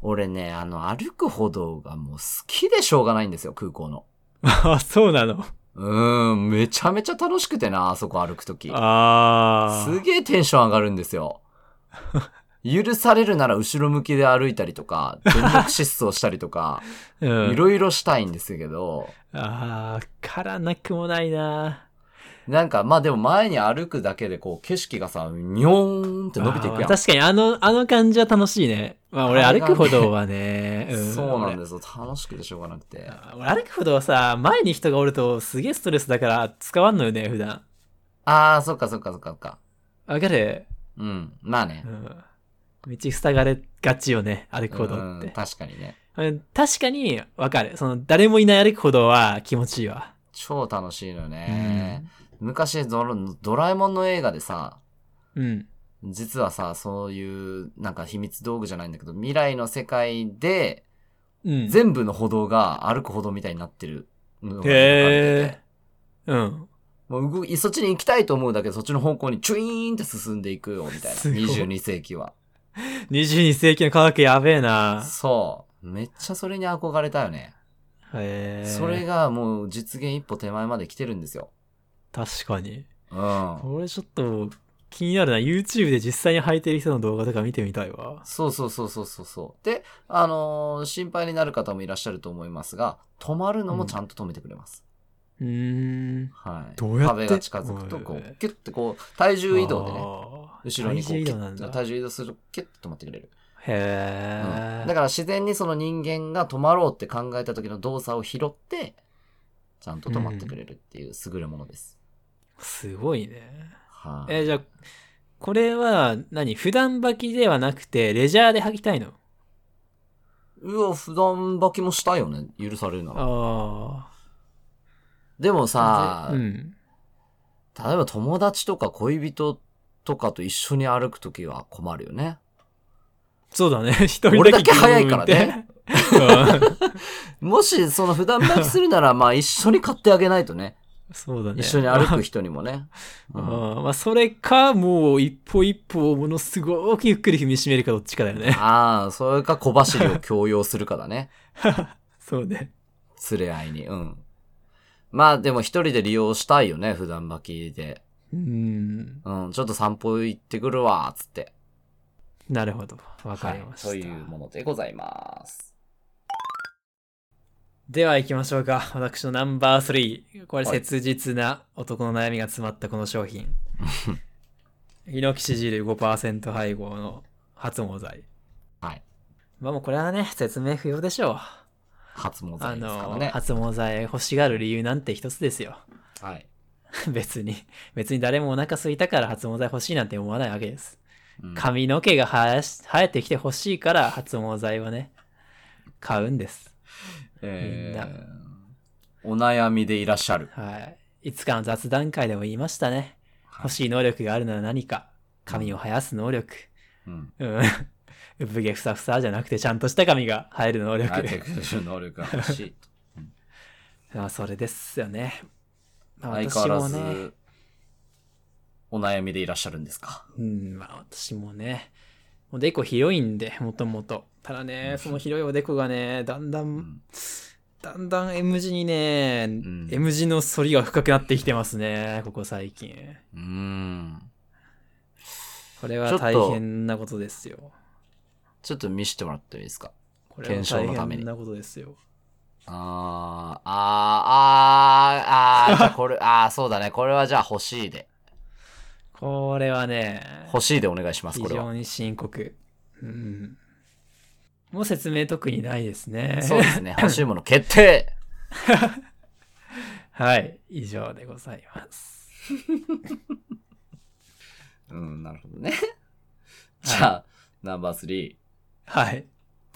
[SPEAKER 1] 俺ね、あの、歩く歩道がもう好きでしょうがないんですよ、空港の。
[SPEAKER 2] あ、 *laughs* そうなの。
[SPEAKER 1] うーん、めちゃめちゃ楽しくてな、あそこ歩くとき。
[SPEAKER 2] ああ。
[SPEAKER 1] すげえテンション上がるんですよ。許されるなら後ろ向きで歩いたりとか、全力疾走したりとか、
[SPEAKER 2] うん
[SPEAKER 1] いろいろしたいんですけど、
[SPEAKER 2] ああ、からなくもないな。
[SPEAKER 1] なんかまあでも前に歩くだけでこう景色がさ、にょーんって伸びていく
[SPEAKER 2] あ
[SPEAKER 1] や
[SPEAKER 2] ー
[SPEAKER 1] ん。
[SPEAKER 2] 確かに、あの、あの感じは楽しいね。まあ、俺、
[SPEAKER 1] あれ
[SPEAKER 2] 歩
[SPEAKER 1] が
[SPEAKER 2] く
[SPEAKER 1] ね
[SPEAKER 2] ほど
[SPEAKER 1] *laughs*
[SPEAKER 2] はね。ん
[SPEAKER 1] そうなんですよ。楽しくてしょうがなくて
[SPEAKER 2] 俺。あ俺、歩くほどはさ、前に人がおるとすげえストレスだから使わんのよね、普段。
[SPEAKER 1] あー、そっかそっかそっかそっか。
[SPEAKER 2] わかる
[SPEAKER 1] うん。まあね
[SPEAKER 2] う。ん。道塞がれがちよね、歩くほどっ
[SPEAKER 1] うん
[SPEAKER 2] て。
[SPEAKER 1] 確かにね。
[SPEAKER 2] うん確かに、わかる。その、誰もいない歩くほどは気持ちいいわ。
[SPEAKER 1] 超楽しいのよね。昔ドラ、ドラえもんの映画でさ、
[SPEAKER 2] うん。
[SPEAKER 1] 実はさ、そういう、なんか秘密道具じゃないんだけど、未来の世界で、
[SPEAKER 2] うん。
[SPEAKER 1] 全部の歩道が歩く歩道みたいになってるのが描かれて
[SPEAKER 2] へ
[SPEAKER 1] て
[SPEAKER 2] え。うん。
[SPEAKER 1] もう動きそっちに行きたいと思うだけど、そっちの方向にチュイーンって進んでいくよ、みたいな。
[SPEAKER 2] すごい
[SPEAKER 1] 22世紀は。
[SPEAKER 2] 22世紀の科学やべえな。
[SPEAKER 1] そう。めっちゃそれに憧れたよね。
[SPEAKER 2] へえ。
[SPEAKER 1] それがもう実現一歩手前まで来てるんですよ。
[SPEAKER 2] 確かに。
[SPEAKER 1] うん。
[SPEAKER 2] これちょっと気になるな。YouTube で実際に履いてる人の動画とか見てみたいわ。
[SPEAKER 1] そうそうそうそうそうそう。で、あのー心配になる方もいらっしゃると思いますが、止まるのもちゃんと止めてくれます。
[SPEAKER 2] うーん。
[SPEAKER 1] はい。
[SPEAKER 2] どうやって
[SPEAKER 1] 壁が近づくと、こ、
[SPEAKER 2] おいう
[SPEAKER 1] キュッてこう、体重移動でね、
[SPEAKER 2] あー
[SPEAKER 1] 後ろにこう、
[SPEAKER 2] 体重移動なん
[SPEAKER 1] キュッ
[SPEAKER 2] だ。
[SPEAKER 1] 体重移動すると、キュッと止まってくれる。うんだ
[SPEAKER 2] へえ。
[SPEAKER 1] から自然にその人間が止まろうって考えた時の動作を拾って、ちゃんと止まってくれるっていう優れものです。
[SPEAKER 2] すごいね。
[SPEAKER 1] はい、
[SPEAKER 2] えーじゃあ、これは何普段履きではなくて、レジャーで履きたいの
[SPEAKER 1] うわ、普段履きもしたいよね。許されるなら。
[SPEAKER 2] あ
[SPEAKER 1] でも
[SPEAKER 2] あ。
[SPEAKER 1] さ、
[SPEAKER 2] うん。
[SPEAKER 1] 例えば友達とか恋人とかと一緒に歩くときは困るよね。
[SPEAKER 2] そうだね。 *laughs* 一人だけ
[SPEAKER 1] 俺だけ早いからね
[SPEAKER 2] 牛丼運転。うん
[SPEAKER 1] もし、その普段待ちするなら、まあ一緒に買ってあげないとね。
[SPEAKER 2] *laughs* そうだね。
[SPEAKER 1] 一緒に歩く人にも
[SPEAKER 2] *laughs*
[SPEAKER 1] ね。
[SPEAKER 2] う。
[SPEAKER 1] うんん
[SPEAKER 2] まあ、それか、もう、一歩一歩をものすごくゆっくり踏みしめるかどっちかだよね。 *laughs*
[SPEAKER 1] ああ、それか小走りを強要するかだね。
[SPEAKER 2] そうね。
[SPEAKER 1] 連れ合いに。うん。まあでも一人で利用したいよね、普段履きで。
[SPEAKER 2] うん。
[SPEAKER 1] うん、ちょっと散歩行ってくるわ、つって。
[SPEAKER 2] なるほど。わかりました。
[SPEAKER 1] はい。というものでございます。
[SPEAKER 2] では行きましょうか。私のナンバー3。これ、
[SPEAKER 1] はい
[SPEAKER 2] 切実な男の悩みが詰まったこの商
[SPEAKER 1] *laughs*
[SPEAKER 2] 品。ヒノキシジル5%配合の発毛剤。
[SPEAKER 1] はい。
[SPEAKER 2] まあもうこれはね、説明不要でしょう。
[SPEAKER 1] 初詣
[SPEAKER 2] あ
[SPEAKER 1] ですから
[SPEAKER 2] の、
[SPEAKER 1] ね。
[SPEAKER 2] 発毛剤欲しがる理由なんて一つですよ。 *laughs*
[SPEAKER 1] はい。
[SPEAKER 2] 別に、別に誰もお腹空いたから発毛剤欲しいなんて思わないわけです。
[SPEAKER 1] うん
[SPEAKER 2] 髪の毛が生やし生えてきて欲しいから発毛剤をね、買うんです。
[SPEAKER 1] え
[SPEAKER 2] み
[SPEAKER 1] ー、お
[SPEAKER 2] ん
[SPEAKER 1] 悩みでいらっしゃる。
[SPEAKER 2] はい。いつかの雑談会でも言いましたね。
[SPEAKER 1] はい
[SPEAKER 2] 欲しい能力があるなら何か。髪を生やす能力。
[SPEAKER 1] うん。
[SPEAKER 2] *laughs* うん。産毛ふさふさじゃなくて、ちゃんとした髪が生える能力。
[SPEAKER 1] あテクノロジーの能力が欲し
[SPEAKER 2] *laughs*
[SPEAKER 1] い。
[SPEAKER 2] まあ、それですよね。まあ、
[SPEAKER 1] 相
[SPEAKER 2] 私
[SPEAKER 1] 変わら
[SPEAKER 2] もね、
[SPEAKER 1] ず、お悩みでいらっしゃるんですか。
[SPEAKER 2] うん、まあ、私もね、おでこ広いんで、もともと。ただね、その広いおでこがね、だんだ、
[SPEAKER 1] うんん
[SPEAKER 2] だんだん M 字にね、
[SPEAKER 1] ん
[SPEAKER 2] M 字の反りが深くなってきてますね、ここ最近。
[SPEAKER 1] うーん。
[SPEAKER 2] これ
[SPEAKER 1] ちょ
[SPEAKER 2] は
[SPEAKER 1] っと
[SPEAKER 2] 大変なことですよ。
[SPEAKER 1] ちょっと見せてもらってもいいですか。
[SPEAKER 2] これは
[SPEAKER 1] 検証のた
[SPEAKER 2] 大
[SPEAKER 1] めに
[SPEAKER 2] 変なことですよ。
[SPEAKER 1] あー、あー、あー、あー、じゃあこれ、 *laughs* あー、そうだね。これはじゃあ欲しいで。
[SPEAKER 2] これはね、
[SPEAKER 1] 欲しいでお願いします、
[SPEAKER 2] 非
[SPEAKER 1] これは。
[SPEAKER 2] 常に深刻。うん。もう説明特にないですね。
[SPEAKER 1] そうですね。欲しいもの決定
[SPEAKER 2] *laughs* はい。以上でございます。
[SPEAKER 1] うん、なるほどね。じゃあ、ナンバー3。
[SPEAKER 2] はい。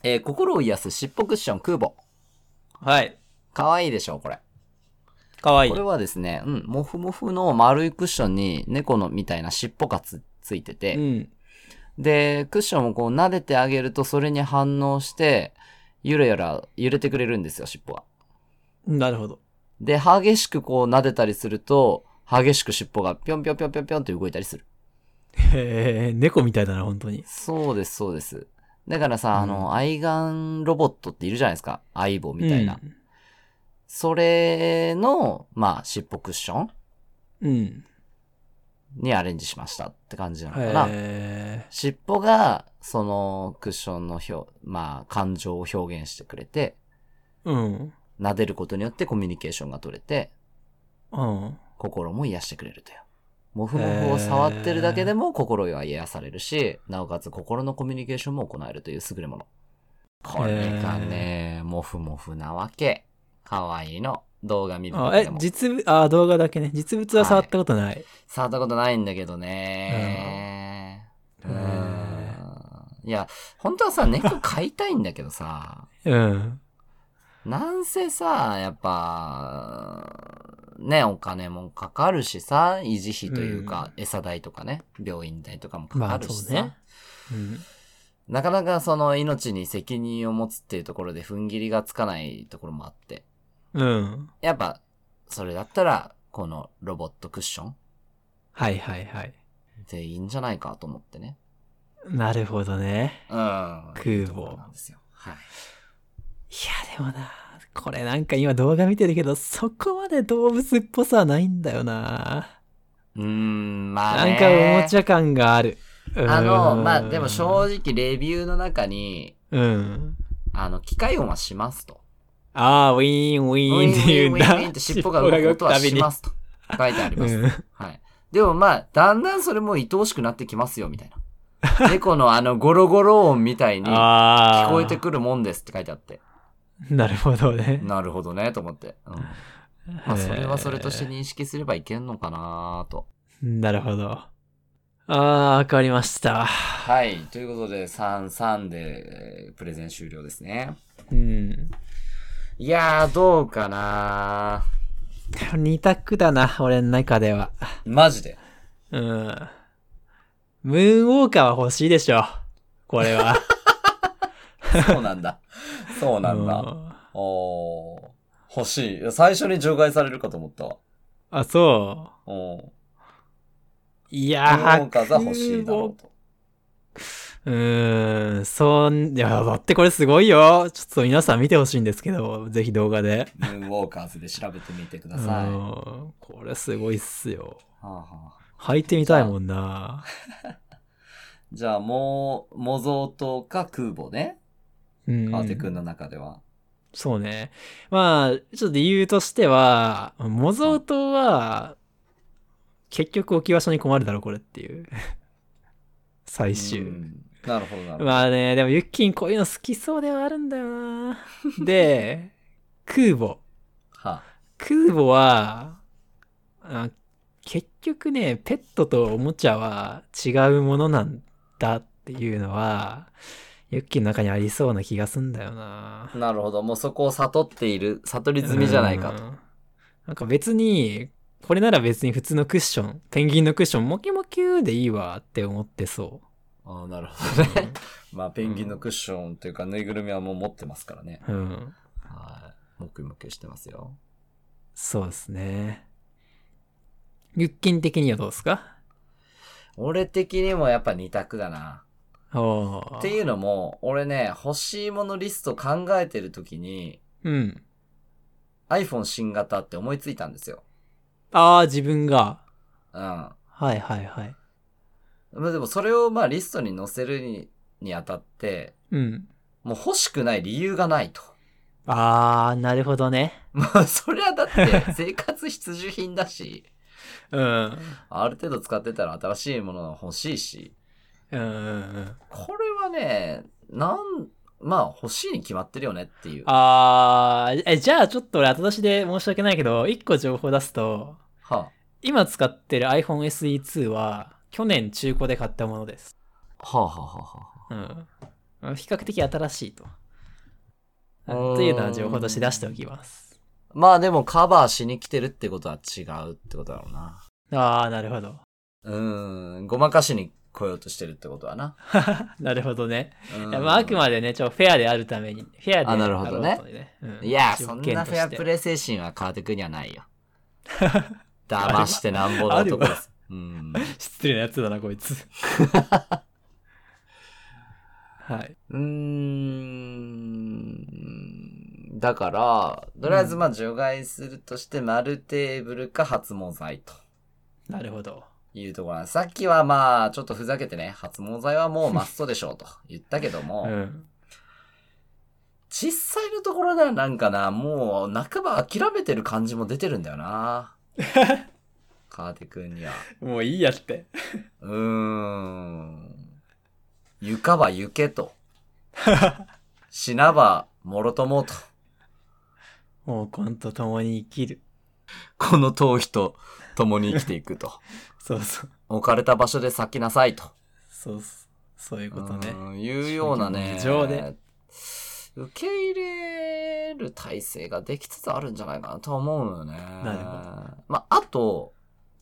[SPEAKER 1] えー心を癒す尻尾クッション空母。
[SPEAKER 2] はい。
[SPEAKER 1] かわいいでしょ、これ。
[SPEAKER 2] かわいい
[SPEAKER 1] これ。はですね、うん、もふもふの丸いクッションに猫のみたいな尻尾がつついてて、
[SPEAKER 2] うん。
[SPEAKER 1] で、クッションをこう撫でてあげるとそれに反応して、ゆらゆら揺れてくれるんですよ、尻尾は。
[SPEAKER 2] なるほど。
[SPEAKER 1] で、激しくこう撫でたりすると、激しく尻尾がぴょんぴょんぴょんぴょんぴょんって動いたりする。
[SPEAKER 2] へえ、猫みたいだな、本当に。
[SPEAKER 1] そうです、そうです。だからさ、
[SPEAKER 2] うん
[SPEAKER 1] あの、愛眼ロボットっているじゃないですか。相棒みたいな。
[SPEAKER 2] うん。
[SPEAKER 1] それの、まあ、尻尾クッション
[SPEAKER 2] うん。
[SPEAKER 1] にアレンジしましたって感じなのかな。
[SPEAKER 2] へえ。
[SPEAKER 1] 尻尾が、そのクッションの表、まあ、感情を表現してくれて、
[SPEAKER 2] うん。
[SPEAKER 1] 撫でることによってコミュニケーションが取れて、
[SPEAKER 2] うん。
[SPEAKER 1] 心も癒してくれるという。もふもふを触ってるだけでも心が癒されるし、なおかつ心のコミュニケーションも行えるという優れもの。これがね、もふもふなわけ。かわいいの。動画見るだ
[SPEAKER 2] あ
[SPEAKER 1] け
[SPEAKER 2] え
[SPEAKER 1] で、も。
[SPEAKER 2] 実物、あ、動画だけね。実物は触ったことない。
[SPEAKER 1] 触ったことないんだけどね。
[SPEAKER 2] うん
[SPEAKER 1] うんいや、本当はさ、猫飼いたいんだけどさ。
[SPEAKER 2] うん。
[SPEAKER 1] なんせさ、やっぱ、ね、お金もかかるしさ、維持費というか、餌代とかね、病院代とかもか
[SPEAKER 2] ま
[SPEAKER 1] か
[SPEAKER 2] あ、
[SPEAKER 1] るし
[SPEAKER 2] そう
[SPEAKER 1] さ、
[SPEAKER 2] ね。うん。
[SPEAKER 1] なかなかその命に責任を持つっていうところで踏ん切りがつかないところもあって、
[SPEAKER 2] うん。
[SPEAKER 1] やっぱ、それだったら、このロボットクッション
[SPEAKER 2] はいはいはい。
[SPEAKER 1] でいいんじゃないかと思ってね。
[SPEAKER 2] なるほどね。
[SPEAKER 1] うん。空
[SPEAKER 2] 母
[SPEAKER 1] なんですよ。はい。
[SPEAKER 2] いや、でもな、これなんか今動画見てるけど、そこまで動物っぽさはないんだよな。
[SPEAKER 1] うーん、まあ、
[SPEAKER 2] な
[SPEAKER 1] ね。
[SPEAKER 2] んかおもちゃ感がある。
[SPEAKER 1] あの、
[SPEAKER 2] うん
[SPEAKER 1] まあ、でも正直レビューの中に、
[SPEAKER 2] うん。
[SPEAKER 1] あの、機械音はしますと。
[SPEAKER 2] ああ、ウィーン、ウィーンって言うん
[SPEAKER 1] ウィンウィンウィン
[SPEAKER 2] だ。。
[SPEAKER 1] ウィンって尻尾が動く音はします *laughs* すと。書いてあり
[SPEAKER 2] う
[SPEAKER 1] ます。
[SPEAKER 2] ん。
[SPEAKER 1] はい。でもまあ、だんだんそれも愛おしくなってきますよ、みたい *laughs* な。猫のあのゴロゴロ音みたいに聞
[SPEAKER 2] ああ。
[SPEAKER 1] こえてくるもんですって書いてあって。
[SPEAKER 2] なるほどね。
[SPEAKER 1] なるほどね、と思って。うん。まあ、それはそれとして認識すればいけんのかなと。
[SPEAKER 2] えー。なるほど。ああ、わかりました。
[SPEAKER 1] はい。ということで、3、3で、えープレゼン終了ですね。
[SPEAKER 2] うん。
[SPEAKER 1] いやー、どうかない
[SPEAKER 2] 二択だな、俺の中では。
[SPEAKER 1] マジで。
[SPEAKER 2] うん。ムーンウォーカーは欲しいでしょ。これは。
[SPEAKER 1] そうなんだ。そう *laughs* なんだ。
[SPEAKER 2] だ。
[SPEAKER 1] おー。欲しいいや。最初に除外されるかと思ったわ。
[SPEAKER 2] あ、そ
[SPEAKER 1] おー。
[SPEAKER 2] う。い
[SPEAKER 1] ム
[SPEAKER 2] や
[SPEAKER 1] ーンウォ
[SPEAKER 2] ー、
[SPEAKER 1] ーカーが欲しいだ
[SPEAKER 2] 白
[SPEAKER 1] ろ
[SPEAKER 2] 雲
[SPEAKER 1] うと。
[SPEAKER 2] うーん、そん、いや、だってこれすごいよ。ちょっと皆さん見てほしいんですけど、ぜひ動画で。
[SPEAKER 1] ムーンウォーカーズで調べてみてく
[SPEAKER 2] う
[SPEAKER 1] だ
[SPEAKER 2] ん
[SPEAKER 1] さい。は、
[SPEAKER 2] これすごいっすよ。
[SPEAKER 1] あはあ
[SPEAKER 2] 履いてみたいもんな。
[SPEAKER 1] じゃあ、もう、模造刀か空母ね。
[SPEAKER 2] うん。
[SPEAKER 1] 川手くんの中では。
[SPEAKER 2] そうね。まあ、ちょっと理由としては、模造刀は、結局置き場所に困るだろ、これっていう。 *laughs* 最終。
[SPEAKER 1] うんなるほど、なるほど。
[SPEAKER 2] まあね、でもユッキンこういうの好きそうではあるんだよな。で、空母。
[SPEAKER 1] は
[SPEAKER 2] 空母は、あ結局ね、ペットとおもちゃは違うものなんだっていうのは、ユッキーの中にありそうな気がすんだよな
[SPEAKER 1] あ。なるほど。もうそこを悟っている、悟り済みじゃないかと。
[SPEAKER 2] うんなんか別に、これなら別に普通のクッション、ペンギンのクッション、モキモキューでいいわって思ってそ
[SPEAKER 1] ああ、なるほどね。 *laughs*
[SPEAKER 2] う。
[SPEAKER 1] まあ、ペンギンのクッションというか、ぬいぐるみはもう持ってますからね。
[SPEAKER 2] うん。
[SPEAKER 1] はい。もくもくしてますよ。
[SPEAKER 2] そうですね。ユッキン的にはどうですか
[SPEAKER 1] 俺的にもやっぱ二択だな。
[SPEAKER 2] おー
[SPEAKER 1] っていうのも、俺ね、欲しいものリスト考えてる時に、
[SPEAKER 2] うん。
[SPEAKER 1] iPhone 新型って思いついたんですよ。
[SPEAKER 2] ああ、自分が。
[SPEAKER 1] うん。ま
[SPEAKER 2] はいはいはい。
[SPEAKER 1] あでもそれをまあリストに載せるににあたって、
[SPEAKER 2] うん。
[SPEAKER 1] もう欲しくない理由がないと。 *laughs*
[SPEAKER 2] あー、なるほどね。
[SPEAKER 1] まあそりゃだ *laughs* って生活必需品だし、
[SPEAKER 2] うん。
[SPEAKER 1] ある程度使ってたら新しいものが欲しいし、
[SPEAKER 2] うん。
[SPEAKER 1] これはね、なん、まあ欲しいに決まってるよねっていう。は
[SPEAKER 2] あー、え、じゃあちょっと俺後出しで申し訳ないけど、一個情報出すと、
[SPEAKER 1] あ
[SPEAKER 2] 今使ってる iPhone SE2 は、去年中古で買ったものです。
[SPEAKER 1] はあはあはあはあ。
[SPEAKER 2] うん。比較的新しいと。
[SPEAKER 1] うーん
[SPEAKER 2] というのは情報として出しておきます。
[SPEAKER 1] まあでもカバーしに来てるってことは違うってことだろうな。
[SPEAKER 2] あー、なるほど。
[SPEAKER 1] うーん、ごまかしに来ようとしてるってことはな。
[SPEAKER 2] なるほどね。
[SPEAKER 1] うん
[SPEAKER 2] いやまあ、あくまでね、ちょ、フェアであるために。フェアで
[SPEAKER 1] あなるほどね
[SPEAKER 2] あろうとうん
[SPEAKER 1] いや、そ
[SPEAKER 2] 条
[SPEAKER 1] ん
[SPEAKER 2] 件
[SPEAKER 1] な
[SPEAKER 2] と
[SPEAKER 1] フ
[SPEAKER 2] して
[SPEAKER 1] ェアプレイ精神は川手くんには
[SPEAKER 2] *laughs*
[SPEAKER 1] ないよ。騙してなんぼの
[SPEAKER 2] あるわ
[SPEAKER 1] 男です。うん。
[SPEAKER 2] 失礼なやつだな、こいつ。 *laughs* はい。
[SPEAKER 1] うーん。だから、とりあえずまあ除外するとして、丸テーブルか発毛剤と
[SPEAKER 2] なるほど。
[SPEAKER 1] いうところなんですさっきはまあ、ちょっとふざけてね、発毛剤はもうマストでしょうと言ったけども、
[SPEAKER 2] うん。
[SPEAKER 1] 実際のところではなんかな、もう半ば諦めてる感じも出てるんだよ
[SPEAKER 2] *laughs*
[SPEAKER 1] な。川手くんには。
[SPEAKER 2] もういいやって。
[SPEAKER 1] うーん。床は行け
[SPEAKER 2] *laughs*
[SPEAKER 1] と。死なば、もろともと。
[SPEAKER 2] もうコンと共に生きる。
[SPEAKER 1] この逃避と共に生きていくと。
[SPEAKER 2] そうそう。
[SPEAKER 1] 置かれた場所で咲きなさいと。
[SPEAKER 2] そうそう。そういうことね
[SPEAKER 1] う。んいうようなね。
[SPEAKER 2] 非常で
[SPEAKER 1] 受け入れる体制ができつつあるんじゃないかなとは思うのよね。
[SPEAKER 2] な
[SPEAKER 1] まあ、あと、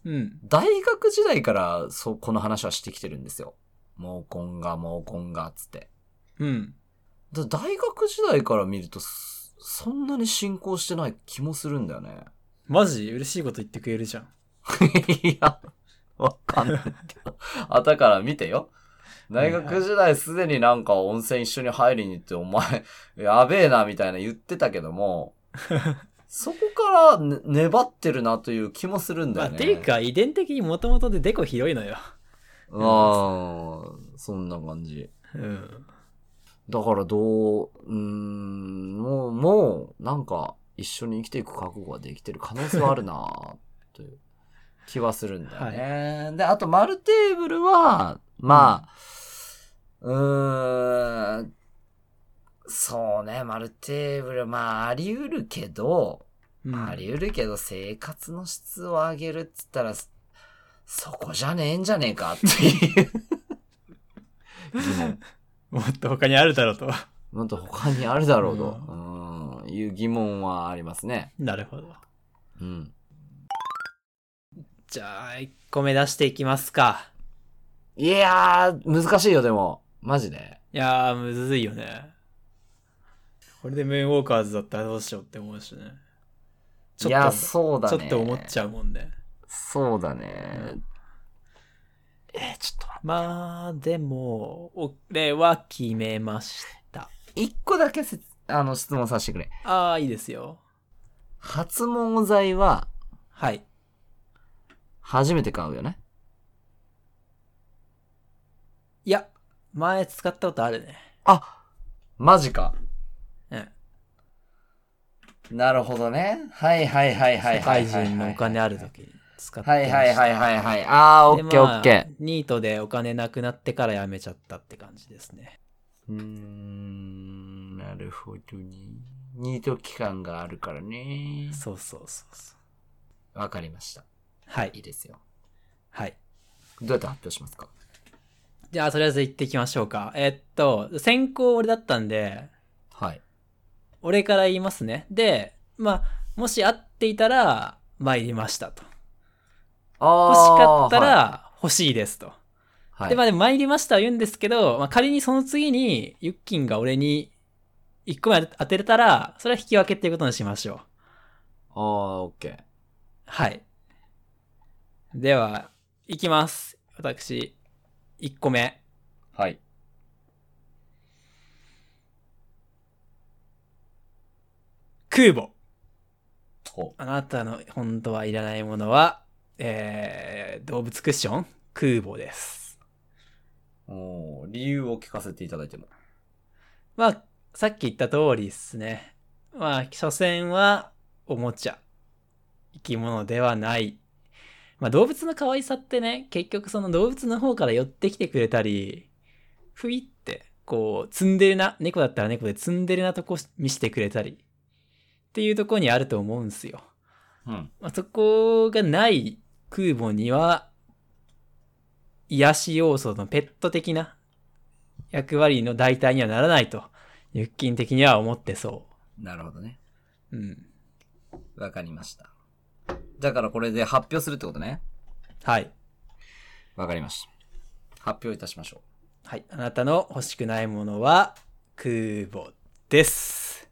[SPEAKER 2] うん。
[SPEAKER 1] 大学時代から、そう、この話はしてきてるんですよ。毛根が、毛根が、つって。
[SPEAKER 2] うん。
[SPEAKER 1] だ大学時代から見るとそ、そんなに進行してない気もするんだよね。
[SPEAKER 2] マジ嬉しいこと言ってくれるじゃん。
[SPEAKER 1] *laughs* いや、わかんないけど。あたから見てよ。大学時代すでになんか温泉一緒に入りに行って、お前、やべえな、みたいな言ってたけど *laughs* も、そこからね、粘ってるなという気もするんだ
[SPEAKER 2] まあ、
[SPEAKER 1] よね。
[SPEAKER 2] ていうか、遺伝的にもともとでデコ広いのよ。
[SPEAKER 1] うん。そんな感じ。
[SPEAKER 2] うん。
[SPEAKER 1] だからどう、うーん、もう、もう、なんか、一緒に生きていく覚悟ができてる可能性はあるなという気はするんだよね。で、あと、丸テーブルは、まあ、うーん、そうね、丸テーブル、まあ、あり得るけど、
[SPEAKER 2] うん
[SPEAKER 1] あり得るけど、生活の質を上げるっつったら、そそこじゃねえんじゃねえかっていう疑問。
[SPEAKER 2] *laughs* もっと他にあるだろうと。
[SPEAKER 1] もっと他にあるだろうと、
[SPEAKER 2] う
[SPEAKER 1] うん、いう疑問はありますね。
[SPEAKER 2] なるほど。
[SPEAKER 1] うん。
[SPEAKER 2] じゃあ、1個目出していきますか。
[SPEAKER 1] いやー、難しいよ、でも。マジで。
[SPEAKER 2] いやー、むずいよね。これでムーンウォーカーズだったらどうしようって思うしね。ち
[SPEAKER 1] い
[SPEAKER 2] ょっと、
[SPEAKER 1] や、そうだね。
[SPEAKER 2] ちょっと思っちゃうもんね。
[SPEAKER 1] そうだね。えー、ちょっと待
[SPEAKER 2] まあ、でも、俺は決めました。
[SPEAKER 1] って。一個だけせあの、質問させてくれ。
[SPEAKER 2] ああ、いいですよ。
[SPEAKER 1] 発毛剤は、
[SPEAKER 2] はい。
[SPEAKER 1] 初めて買うよね。
[SPEAKER 2] いや、前使ったことあるね。
[SPEAKER 1] あマジか。
[SPEAKER 2] うん。
[SPEAKER 1] なるほどね。はいはいはいはい
[SPEAKER 2] 社
[SPEAKER 1] はい。
[SPEAKER 2] 会人のお金ある時に使ってま
[SPEAKER 1] は
[SPEAKER 2] し
[SPEAKER 1] い
[SPEAKER 2] た。
[SPEAKER 1] はいはいはいはい。ああ、オ
[SPEAKER 2] で
[SPEAKER 1] ッケーオッケー。
[SPEAKER 2] まあニートでお金なくなってから辞めちゃったって感じですね。
[SPEAKER 1] うーん、なるほどね。ニート期間があるからね。
[SPEAKER 2] そうそうそうそう。
[SPEAKER 1] わかりました。
[SPEAKER 2] はい
[SPEAKER 1] い
[SPEAKER 2] い。
[SPEAKER 1] ですよ。
[SPEAKER 2] はい。
[SPEAKER 1] どうやって発表しますか
[SPEAKER 2] じゃあ、とりあえず行ってきましょうか。えっと、先行俺だったんで、
[SPEAKER 1] はい。
[SPEAKER 2] 俺から言いますね。で、まあ、もし合っていたら、参りましたと。
[SPEAKER 1] あ
[SPEAKER 2] 欲しかった
[SPEAKER 1] は
[SPEAKER 2] ら、欲しいですと。
[SPEAKER 1] い、はい
[SPEAKER 2] で、まあでも参りましたは言うんですけど、まあ、仮にその次に、ユッキンが俺に1個目当てれたら、それは引き分けっていうことにしましょう。
[SPEAKER 1] ああ、オッケー。
[SPEAKER 2] はい。では、いきます。私、1個目。
[SPEAKER 1] はい。
[SPEAKER 2] 空母。
[SPEAKER 1] ほ
[SPEAKER 2] あなたの本当はいらないものは、えー、動物クッション空母です。
[SPEAKER 1] う。おー理由を聞かせていただいても。
[SPEAKER 2] まあ、さっき言った通りですね。まあ、所詮は、おもちゃ。生き物ではない。まあ、動物の可愛さってね、結局その動物の方から寄ってきてくれたり、ふいって、こう、ツンデレな、猫だったら猫でツンデレなとこ見せてくれたり、っていうとこにあると思うんすよ。
[SPEAKER 1] うん。
[SPEAKER 2] まあ、そこがない空母には、癒し要素のペット的な役割の代替にはならないと、ユッキン的には思ってそ
[SPEAKER 1] なるほどね。
[SPEAKER 2] う。うん。
[SPEAKER 1] わかりました。だからこれで発表するってことね。
[SPEAKER 2] はい。
[SPEAKER 1] わかりました。発表いたしましょ
[SPEAKER 2] はい。あなたの欲しくないものは空母です。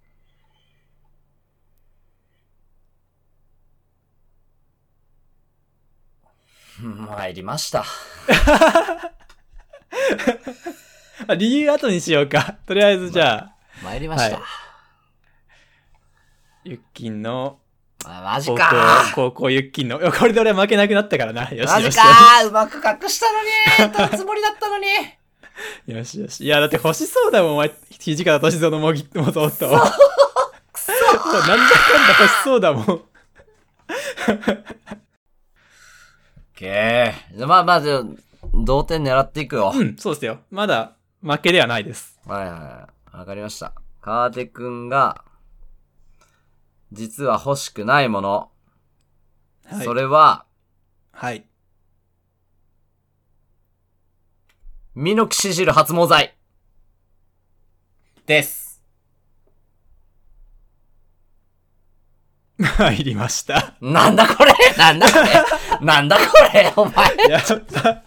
[SPEAKER 1] う。うん参りました。
[SPEAKER 2] あ理由後にしようか。 *laughs* とりあえずじゃあ、
[SPEAKER 1] 参りました。
[SPEAKER 2] はいユッキンの
[SPEAKER 1] あマジ
[SPEAKER 2] 高校
[SPEAKER 1] か、
[SPEAKER 2] 高校ユッキンの、いやこれで俺は負けなくなったからな。よ
[SPEAKER 1] マ
[SPEAKER 2] し
[SPEAKER 1] ジ
[SPEAKER 2] よし
[SPEAKER 1] か。ーうまく隠したのに取るつもりだったのに
[SPEAKER 2] よしよし。いや、だって欲しそうだもん、お前。土方歳三のもぎってもそうと。くそなんだかんだ欲しそうだも
[SPEAKER 1] オ
[SPEAKER 2] ん。
[SPEAKER 1] ッケー。じゃあまあまあ、じゃあ同点狙っていくよ。
[SPEAKER 2] うん、そうですよ。まだ負けではないです。
[SPEAKER 1] はいはい。わかりました。カーテくんが、実は欲しくないもの。
[SPEAKER 2] はい。
[SPEAKER 1] それは、
[SPEAKER 2] はい。
[SPEAKER 1] ミノキシジル発毛剤。です。
[SPEAKER 2] 入りました。
[SPEAKER 1] なんだこれなんだこれなんだこれお前
[SPEAKER 2] やっぱ、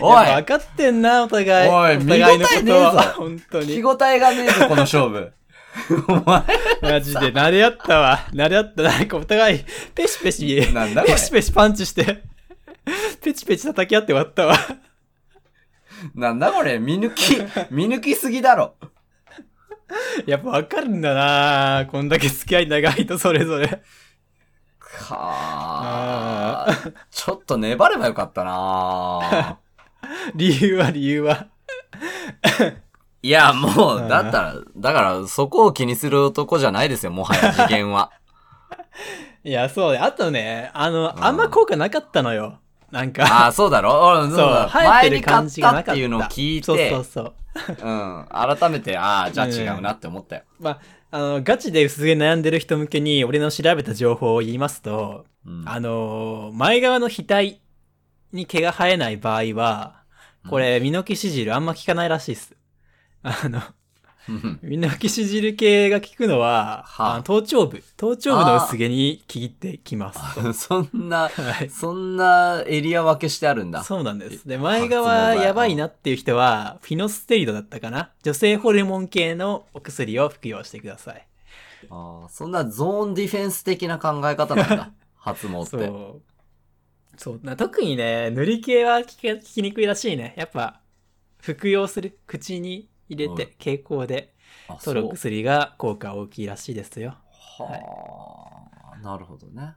[SPEAKER 1] おい
[SPEAKER 2] やっぱ分かってんな、お互い。
[SPEAKER 1] おい
[SPEAKER 2] 互いのこ
[SPEAKER 1] 見応
[SPEAKER 2] と
[SPEAKER 1] えねえぞ
[SPEAKER 2] 本当に
[SPEAKER 1] 聞き。応えがねえぞ、この勝 *laughs* 負。お前
[SPEAKER 2] マジで、慣れ合ったわ。慣れ合った。なんかお互い、ペシペシ、
[SPEAKER 1] なんだこれ
[SPEAKER 2] ペシペシパンチして、ペチペチ叩き合って終わったわ。
[SPEAKER 1] なんだこれ見抜き、見抜きすぎだろ。
[SPEAKER 2] やっぱ分かるんだなこんだけ付き合い長いとそれぞれ。
[SPEAKER 1] はあ。ちょっと粘ればよかった
[SPEAKER 2] *laughs*
[SPEAKER 1] な
[SPEAKER 2] 理由は理由は。
[SPEAKER 1] いや、もう、
[SPEAKER 2] ん
[SPEAKER 1] だったら、だから、そこを気にする男じゃないですよ、もは
[SPEAKER 2] *laughs*
[SPEAKER 1] や、次元は。
[SPEAKER 2] いや、そうね。あとね、あ
[SPEAKER 1] ん
[SPEAKER 2] の、あんま効果なかったのよ。なん
[SPEAKER 1] あ
[SPEAKER 2] か。
[SPEAKER 1] あ、そうだろうんそうだ
[SPEAKER 2] 生え
[SPEAKER 1] 前
[SPEAKER 2] てる
[SPEAKER 1] に買
[SPEAKER 2] 感
[SPEAKER 1] っ
[SPEAKER 2] じが
[SPEAKER 1] た
[SPEAKER 2] な
[SPEAKER 1] っ
[SPEAKER 2] かった
[SPEAKER 1] ていうのを聞いて、
[SPEAKER 2] *laughs* そうそうそう。
[SPEAKER 1] うん、改めて、ああ、じゃあ違うなって思ったよ。
[SPEAKER 2] まあ、あの、ガチで薄毛悩んでる人向けに、俺の調べた情報を言いますと、
[SPEAKER 1] うん、
[SPEAKER 2] あのー前側の額に毛が生えない場合は、これ、ミノキシジルあんま効かないらしいっす。あの、
[SPEAKER 1] うん
[SPEAKER 2] みんな浮きし汁系が効くのは、
[SPEAKER 1] はあ
[SPEAKER 2] あの頭頂部、頭頂部の薄毛に効いてきます
[SPEAKER 1] *laughs* *laughs*
[SPEAKER 2] と。
[SPEAKER 1] そんな、
[SPEAKER 2] はい。
[SPEAKER 1] そんなエリア分けしてあるんだ。
[SPEAKER 2] そうなんです。で、
[SPEAKER 1] え
[SPEAKER 2] 前
[SPEAKER 1] 初
[SPEAKER 2] 側
[SPEAKER 1] 詣
[SPEAKER 2] やばいなっていう人は、フィノステリドだったかな女性ホルモン系のお薬を服用してください。
[SPEAKER 1] あーそんなゾーンディフェンス的な考え方なん
[SPEAKER 2] *laughs*
[SPEAKER 1] だ。初詣っ
[SPEAKER 2] そ
[SPEAKER 1] て。
[SPEAKER 2] う。そうな特にね、塗り系は効き効きにくいらしいね。やっぱ、服用する、口に入れ
[SPEAKER 1] うん
[SPEAKER 2] て、蛍光で、
[SPEAKER 1] あ
[SPEAKER 2] 取る薬が効果大きいらしいですよ。
[SPEAKER 1] はあ、なるほどね。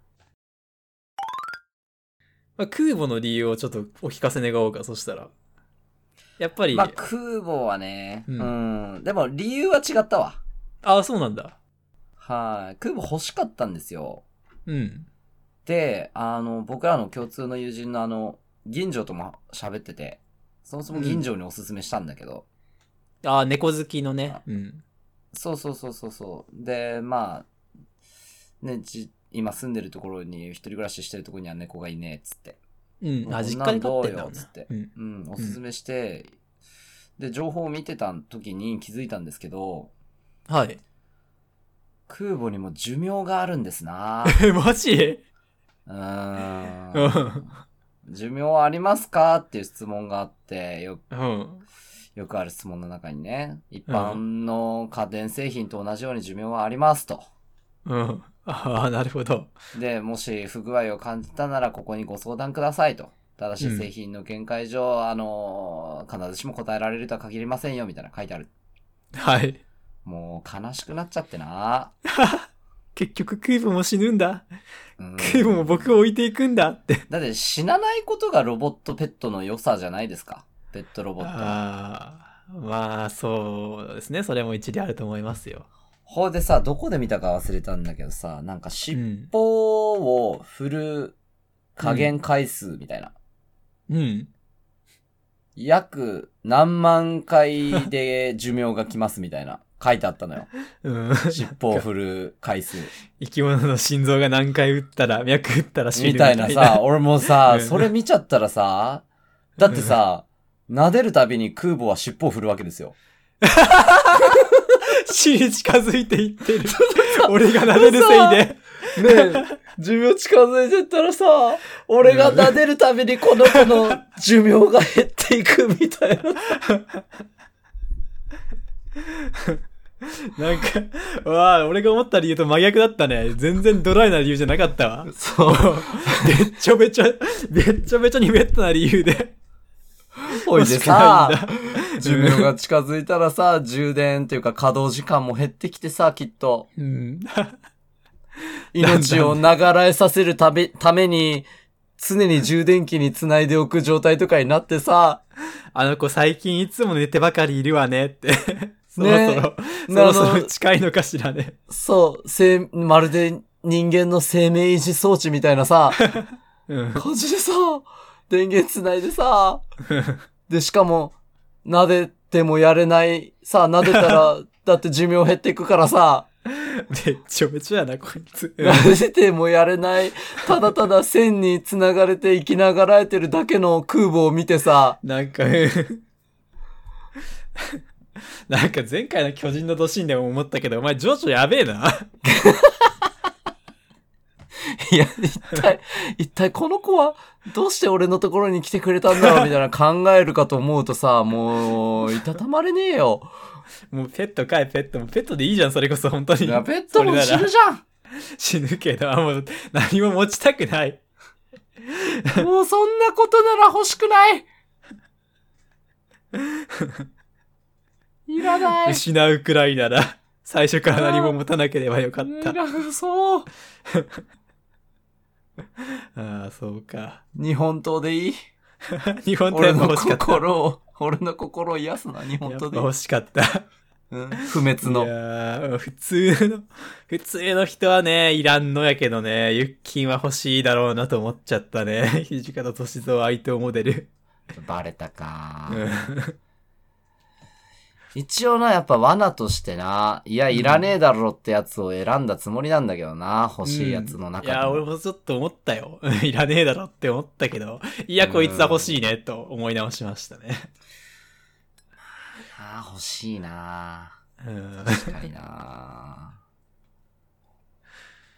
[SPEAKER 2] まあ、空母の理由をちょっとお聞かせ願おうか、そしたら。やっぱり、
[SPEAKER 1] まあ、空母はね、う、
[SPEAKER 2] うん
[SPEAKER 1] でも理由は違ったわ。
[SPEAKER 2] ああ、そうなんだ。
[SPEAKER 1] はい。空母欲しかったんですよ。
[SPEAKER 2] うん。
[SPEAKER 1] で、あの、僕らの共通の友人のあの、銀城とも喋ってて、そもそも銀城におすすめしたんだけど、
[SPEAKER 2] ああ、猫好きのね。うん。
[SPEAKER 1] そうそうそうそうそう。で、まあ、ね、じ今住んでるところに、一人暮らししてるところには猫がいねえっつって。
[SPEAKER 2] うん。
[SPEAKER 1] う
[SPEAKER 2] あ、
[SPEAKER 1] ん
[SPEAKER 2] 実家に飼ってんだ
[SPEAKER 1] なんだよ
[SPEAKER 2] もん
[SPEAKER 1] っつ
[SPEAKER 2] な
[SPEAKER 1] って。
[SPEAKER 2] うん。
[SPEAKER 1] うん、おすすめして、で、情報を見てた時に気づいたんですけど、
[SPEAKER 2] はい。
[SPEAKER 1] 空母にも寿命があるんですな
[SPEAKER 2] え、マジ
[SPEAKER 1] う
[SPEAKER 2] う *laughs*
[SPEAKER 1] ーん。
[SPEAKER 2] ん。
[SPEAKER 1] 寿命ありますかっていう質問があって、よ
[SPEAKER 2] うん。
[SPEAKER 1] よくある質問の中にね、一般の家電製品と同じように寿命はありますと。
[SPEAKER 2] うん。ああ、なるほど。
[SPEAKER 1] で、もし不具合を感じたならここにご相談くださいと。ただし
[SPEAKER 2] うん
[SPEAKER 1] 製品の見解上、あの、必ずしも答えられるとは限りませんよ、みたいな書いてある。
[SPEAKER 2] はい。 *laughs*
[SPEAKER 1] もう悲しくなっちゃってな。
[SPEAKER 2] 結局、クーブも死ぬんだ。 *laughs*
[SPEAKER 1] うん
[SPEAKER 2] クーブも僕を置いていくんだって。
[SPEAKER 1] だって死なないことがロボットペットの良さじゃないですか。ペットロボットは。
[SPEAKER 2] ああ、まあ、そうですね。それも一理あると思いますよ。
[SPEAKER 1] ほうでさ、どこで見たか忘れたんだけどさ、なんか
[SPEAKER 2] う
[SPEAKER 1] 尻
[SPEAKER 2] ん。
[SPEAKER 1] 尾を振る加減回数みたいな。
[SPEAKER 2] うん。
[SPEAKER 1] 約何万回で寿命が来ますみたいな。書いてあったの *laughs* よ。
[SPEAKER 2] うん。
[SPEAKER 1] 尻尾を振る回数。
[SPEAKER 2] 生き物の心臓が何回打ったら、脈打ったら死ぬ
[SPEAKER 1] みたいなさ、 *laughs* 俺もさ、
[SPEAKER 2] うん
[SPEAKER 1] それ見ちゃったらさ、だってさ、撫でるたびに空母は尻尾を振るわけですよ。
[SPEAKER 2] *laughs* 死に近づいていってる。俺が撫でるせいで。
[SPEAKER 1] ねえ、寿命近づいてったらさ、俺が撫でるたびにこの子の寿命が減っていくみたいな。
[SPEAKER 2] なんか、うわあ、俺が思った理由と真逆だったね。全然ドライな理由じゃなかったわ。
[SPEAKER 1] そう。
[SPEAKER 2] べっちょべちょ、べっちょべちょにベッドな理由で。
[SPEAKER 1] ほいで
[SPEAKER 2] 欲しくな
[SPEAKER 1] さ
[SPEAKER 2] いんだ、
[SPEAKER 1] 寿命が近づいたらさ、充電っていうか稼働時間も減ってきてさ、きっと。
[SPEAKER 2] うん。
[SPEAKER 1] 命を流れさせるため、ために、常に充電器につないでおく状態とかになってさ、
[SPEAKER 2] あの子最近いつも寝てばかりいるわねって。そろそろ、そ
[SPEAKER 1] な
[SPEAKER 2] ろ
[SPEAKER 1] あ
[SPEAKER 2] そろ
[SPEAKER 1] の、
[SPEAKER 2] 近いのかしらね。
[SPEAKER 1] そう、生まるで人間の生命維持装置みたいな
[SPEAKER 2] *laughs*
[SPEAKER 1] さ、
[SPEAKER 2] うん。
[SPEAKER 1] 感じでさ、電源つないでさ、で、しかも、撫でてもやれない、さ、撫でた
[SPEAKER 2] *laughs*
[SPEAKER 1] ら、だって寿命減っていくからさ、
[SPEAKER 2] べっちょべちょやな、こいつ。
[SPEAKER 1] *laughs*
[SPEAKER 2] うん
[SPEAKER 1] 撫でてもやれない、ただただ線に繋がれて生きながらえてるだけの空母を見てさ、
[SPEAKER 2] なんか、うんなんか前回の巨人のドシーンでも思ったけど、お前、ジョジョやべえな。
[SPEAKER 1] いや、一体、一体この子はどうして俺のところに来てくれたんだろうみたいな考えるかと思うとさ、もう、いたたまれねえよ。
[SPEAKER 2] もうペットかい、ペットも。ペットでいいじゃん、それこそ、本当に
[SPEAKER 1] い。や、ペットも死ぬじ
[SPEAKER 2] 死ぬけど、あもう、何も持ちたくない。
[SPEAKER 1] ゃんもうそんなことなら欲しくないいらない。
[SPEAKER 2] 失うくらいなら、最初から何も持たなければよかっ
[SPEAKER 1] い
[SPEAKER 2] た。
[SPEAKER 1] らそう。
[SPEAKER 2] ああ、そうか。 *laughs*
[SPEAKER 1] 日本刀でいい
[SPEAKER 2] 日本刀
[SPEAKER 1] 俺
[SPEAKER 2] やっぱ
[SPEAKER 1] の
[SPEAKER 2] 欲しかった。
[SPEAKER 1] 心を、俺の心を癒すな、日本
[SPEAKER 2] や
[SPEAKER 1] 刀
[SPEAKER 2] っぱ
[SPEAKER 1] でいい
[SPEAKER 2] 欲。しかった。
[SPEAKER 1] うん不滅
[SPEAKER 2] い
[SPEAKER 1] の。
[SPEAKER 2] やー普通の、普通の人はね、いらんのやけどね、ユッキンは欲しいだろうなと思っちゃったね。 *laughs* 土方歳三愛党モデル。
[SPEAKER 1] バレたか
[SPEAKER 2] うん
[SPEAKER 1] 一応な、やっぱ罠としてな、いや、いらねえだろってやつを選んだつもりなんだけどな、 *laughs* 欲しいやつの中
[SPEAKER 2] いや、
[SPEAKER 1] で
[SPEAKER 2] 俺
[SPEAKER 1] も。
[SPEAKER 2] もちょっと思ったよ。 *laughs* うんいらねえだろって思ったけど、いや、こいつは欲しいね、と思い直しましたね。
[SPEAKER 1] ああ、欲しいな。
[SPEAKER 2] うん。
[SPEAKER 1] 確かにな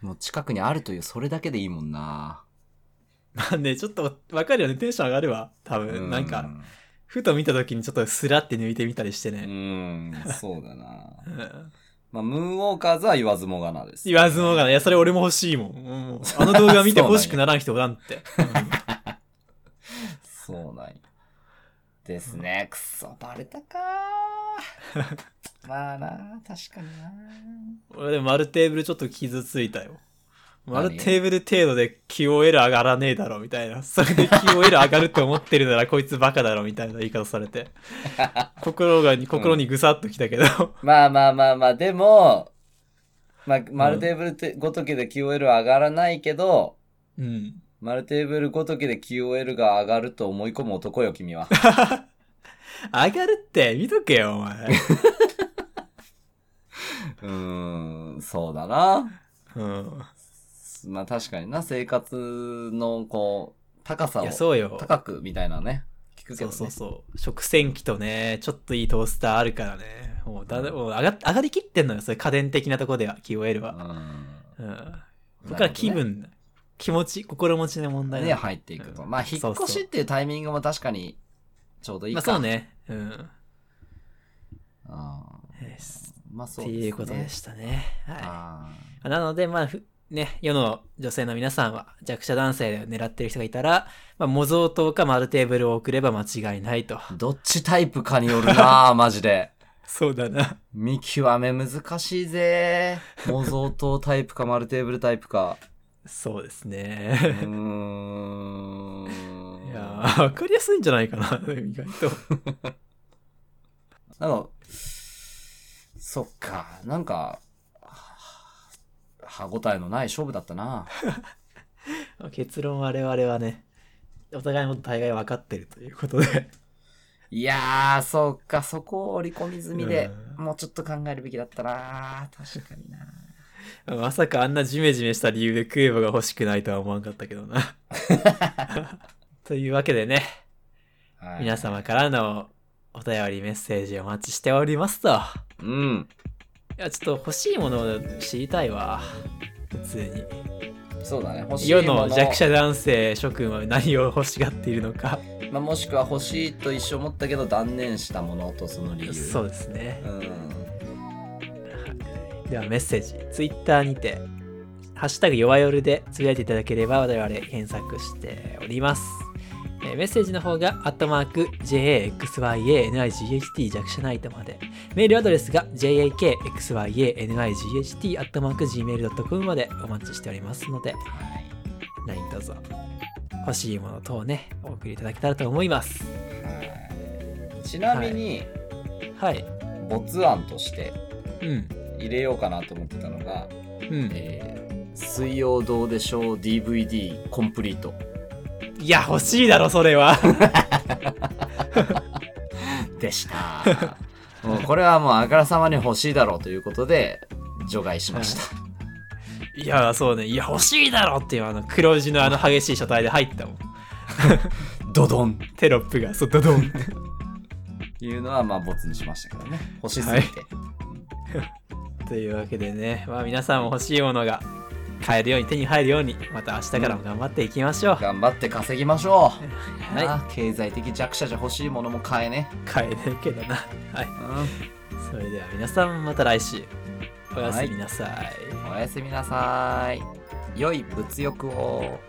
[SPEAKER 1] もう近くにあるというそれだけでいいもんな
[SPEAKER 2] まあね、ちょっとわかるよね。テンション上がるわ。多
[SPEAKER 1] う
[SPEAKER 2] 分、なんか、ふと見た時にちょっとスラって抜いてみたりして
[SPEAKER 1] う
[SPEAKER 2] ね。
[SPEAKER 1] んそうだな
[SPEAKER 2] うん
[SPEAKER 1] まあムーンウォーカーズは言わずもがなです
[SPEAKER 2] 言わずもがな。いや、それ俺も欲しいもん。うんあの動画見て欲しくならん人おらんって。
[SPEAKER 1] そうなんや。ですね。くそ、バレたかーまあな、確かにな。
[SPEAKER 2] うん俺でも丸テーブルちょっと傷ついたよ。丸テーブル程度で QOL 上がらねえだろ、みたいな。それで QOL 上がるって思ってるならこいつバカだろ、みたいな言い方され *laughs* て。心がに、心にぐさっときたけど。
[SPEAKER 1] まあまあまあまあ、でも、まあ、丸テーブルてごときで QOL 上がらないけど、
[SPEAKER 2] うん。
[SPEAKER 1] 丸テーブルごときで QOL が上がると思い込む男よ、君は。
[SPEAKER 2] 上がるって、見とけよ、お前。
[SPEAKER 1] うーん、そうだな。
[SPEAKER 2] うん。
[SPEAKER 1] まあ確かにな、生活のこう、高さ
[SPEAKER 2] いや、
[SPEAKER 1] を
[SPEAKER 2] そうよ。
[SPEAKER 1] 高くみたいなね、聞くけど
[SPEAKER 2] そう
[SPEAKER 1] ね。
[SPEAKER 2] そうそう。食洗機とね、ちょっといいトースターあるからね。もうだ、もう上が上がりきってんのよ、それ家電的なとこでは、QOL は。
[SPEAKER 1] うん
[SPEAKER 2] うん。そこから気分、気持ち、心持ちの問題
[SPEAKER 1] ね、
[SPEAKER 2] なの
[SPEAKER 1] 入っていくと。
[SPEAKER 2] うん
[SPEAKER 1] まあ、引っ
[SPEAKER 2] そう
[SPEAKER 1] 越し
[SPEAKER 2] そう
[SPEAKER 1] っていうタイミングも確かにちょうどいい
[SPEAKER 2] まあ
[SPEAKER 1] か。
[SPEAKER 2] そうね。うん。
[SPEAKER 1] うん。
[SPEAKER 2] です
[SPEAKER 1] まあそ
[SPEAKER 2] っ
[SPEAKER 1] う
[SPEAKER 2] て
[SPEAKER 1] ですね。
[SPEAKER 2] いうことでしたね。は
[SPEAKER 1] あ
[SPEAKER 2] い。なので、まあ、ふね、世の女性の皆さんは弱者男性を狙ってる人がいたら、まあ、模造刀か丸テーブルを送れば間違いないと。
[SPEAKER 1] ーどっちタイプかによるな
[SPEAKER 2] *laughs*
[SPEAKER 1] あマジで。
[SPEAKER 2] そうだな。
[SPEAKER 1] 見極め難しいぜ。模造刀タイプか丸テーブルタイプか。
[SPEAKER 2] そうです
[SPEAKER 1] う
[SPEAKER 2] ね。
[SPEAKER 1] ーん。
[SPEAKER 2] いやー、わかりやすいんじゃないかな、意外と。
[SPEAKER 1] なんか、そっか、なんか、歯応えのない勝負だったな。
[SPEAKER 2] 結論我々はねお互いのこと大概分かってるということで
[SPEAKER 1] いやー、そうか、そこを織り込み済みで、
[SPEAKER 2] う
[SPEAKER 1] もうちょっと考えるべきだったな確かにな
[SPEAKER 2] まさかあんなジメジメした理由でクエバが欲しくないとは思わんかったけ
[SPEAKER 1] *laughs*
[SPEAKER 2] どなというわけでね
[SPEAKER 1] はい
[SPEAKER 2] 皆様からのお便りメッセージお待ちしておりますとい
[SPEAKER 1] うん。
[SPEAKER 2] やちょっと欲しいものを知りたいわ普通に
[SPEAKER 1] そうだね。欲しい
[SPEAKER 2] 世
[SPEAKER 1] もの
[SPEAKER 2] の弱者男性諸君は何を欲しがっているのか
[SPEAKER 1] まあ、もしくは欲しいと一生思ったけど断念したものとその理由。
[SPEAKER 2] そうですね
[SPEAKER 1] うん。
[SPEAKER 2] ではメッセージ、ツイッターにて、ハッシュタグ弱夜でつぶやいていただければ我々検索しております。えーメッセージの方が、アットマーク、JAXYANIGHT 弱者ナイトまで。メールアドレスが、JAKXYANIGHT アットマーク Gmail.com までお待ちしておりますので、
[SPEAKER 1] はい。
[SPEAKER 2] LINE どうぞ。欲しいもの等をね、お送りいただけたらと思います。
[SPEAKER 1] はい、ちなみに、
[SPEAKER 2] はい。
[SPEAKER 1] 没案として
[SPEAKER 2] うん。
[SPEAKER 1] 入れようかなと思ってたのが、
[SPEAKER 2] うん。
[SPEAKER 1] えー水曜どうでしょう DVD コンプリート
[SPEAKER 2] いや、欲しいだろ、それは。
[SPEAKER 1] でした。もうこれはもうあからさまに欲しいだろうということで除外しました。
[SPEAKER 2] いや、そうね。いや、欲しいだろっていう、あの、黒字のあの激しい書体で入ったもん。
[SPEAKER 1] *laughs* ドドン
[SPEAKER 2] テロップが、そう、ド
[SPEAKER 1] *laughs*
[SPEAKER 2] ドン。
[SPEAKER 1] いうのはまあボツにしましたけどね欲しすぎて、
[SPEAKER 2] というわけでね、まあ、皆さんも欲しいものが買えるように、手に入るように、また明日からも頑張っていきましょう。
[SPEAKER 1] 頑張って稼ぎましょう、
[SPEAKER 2] はい。
[SPEAKER 1] な経済的弱者じゃ欲しいものも買えね、
[SPEAKER 2] 買えるけどな。はい。
[SPEAKER 1] う
[SPEAKER 2] それでは皆さん、また来週。おやすみなさい
[SPEAKER 1] ん、おやすみなさい良い物欲を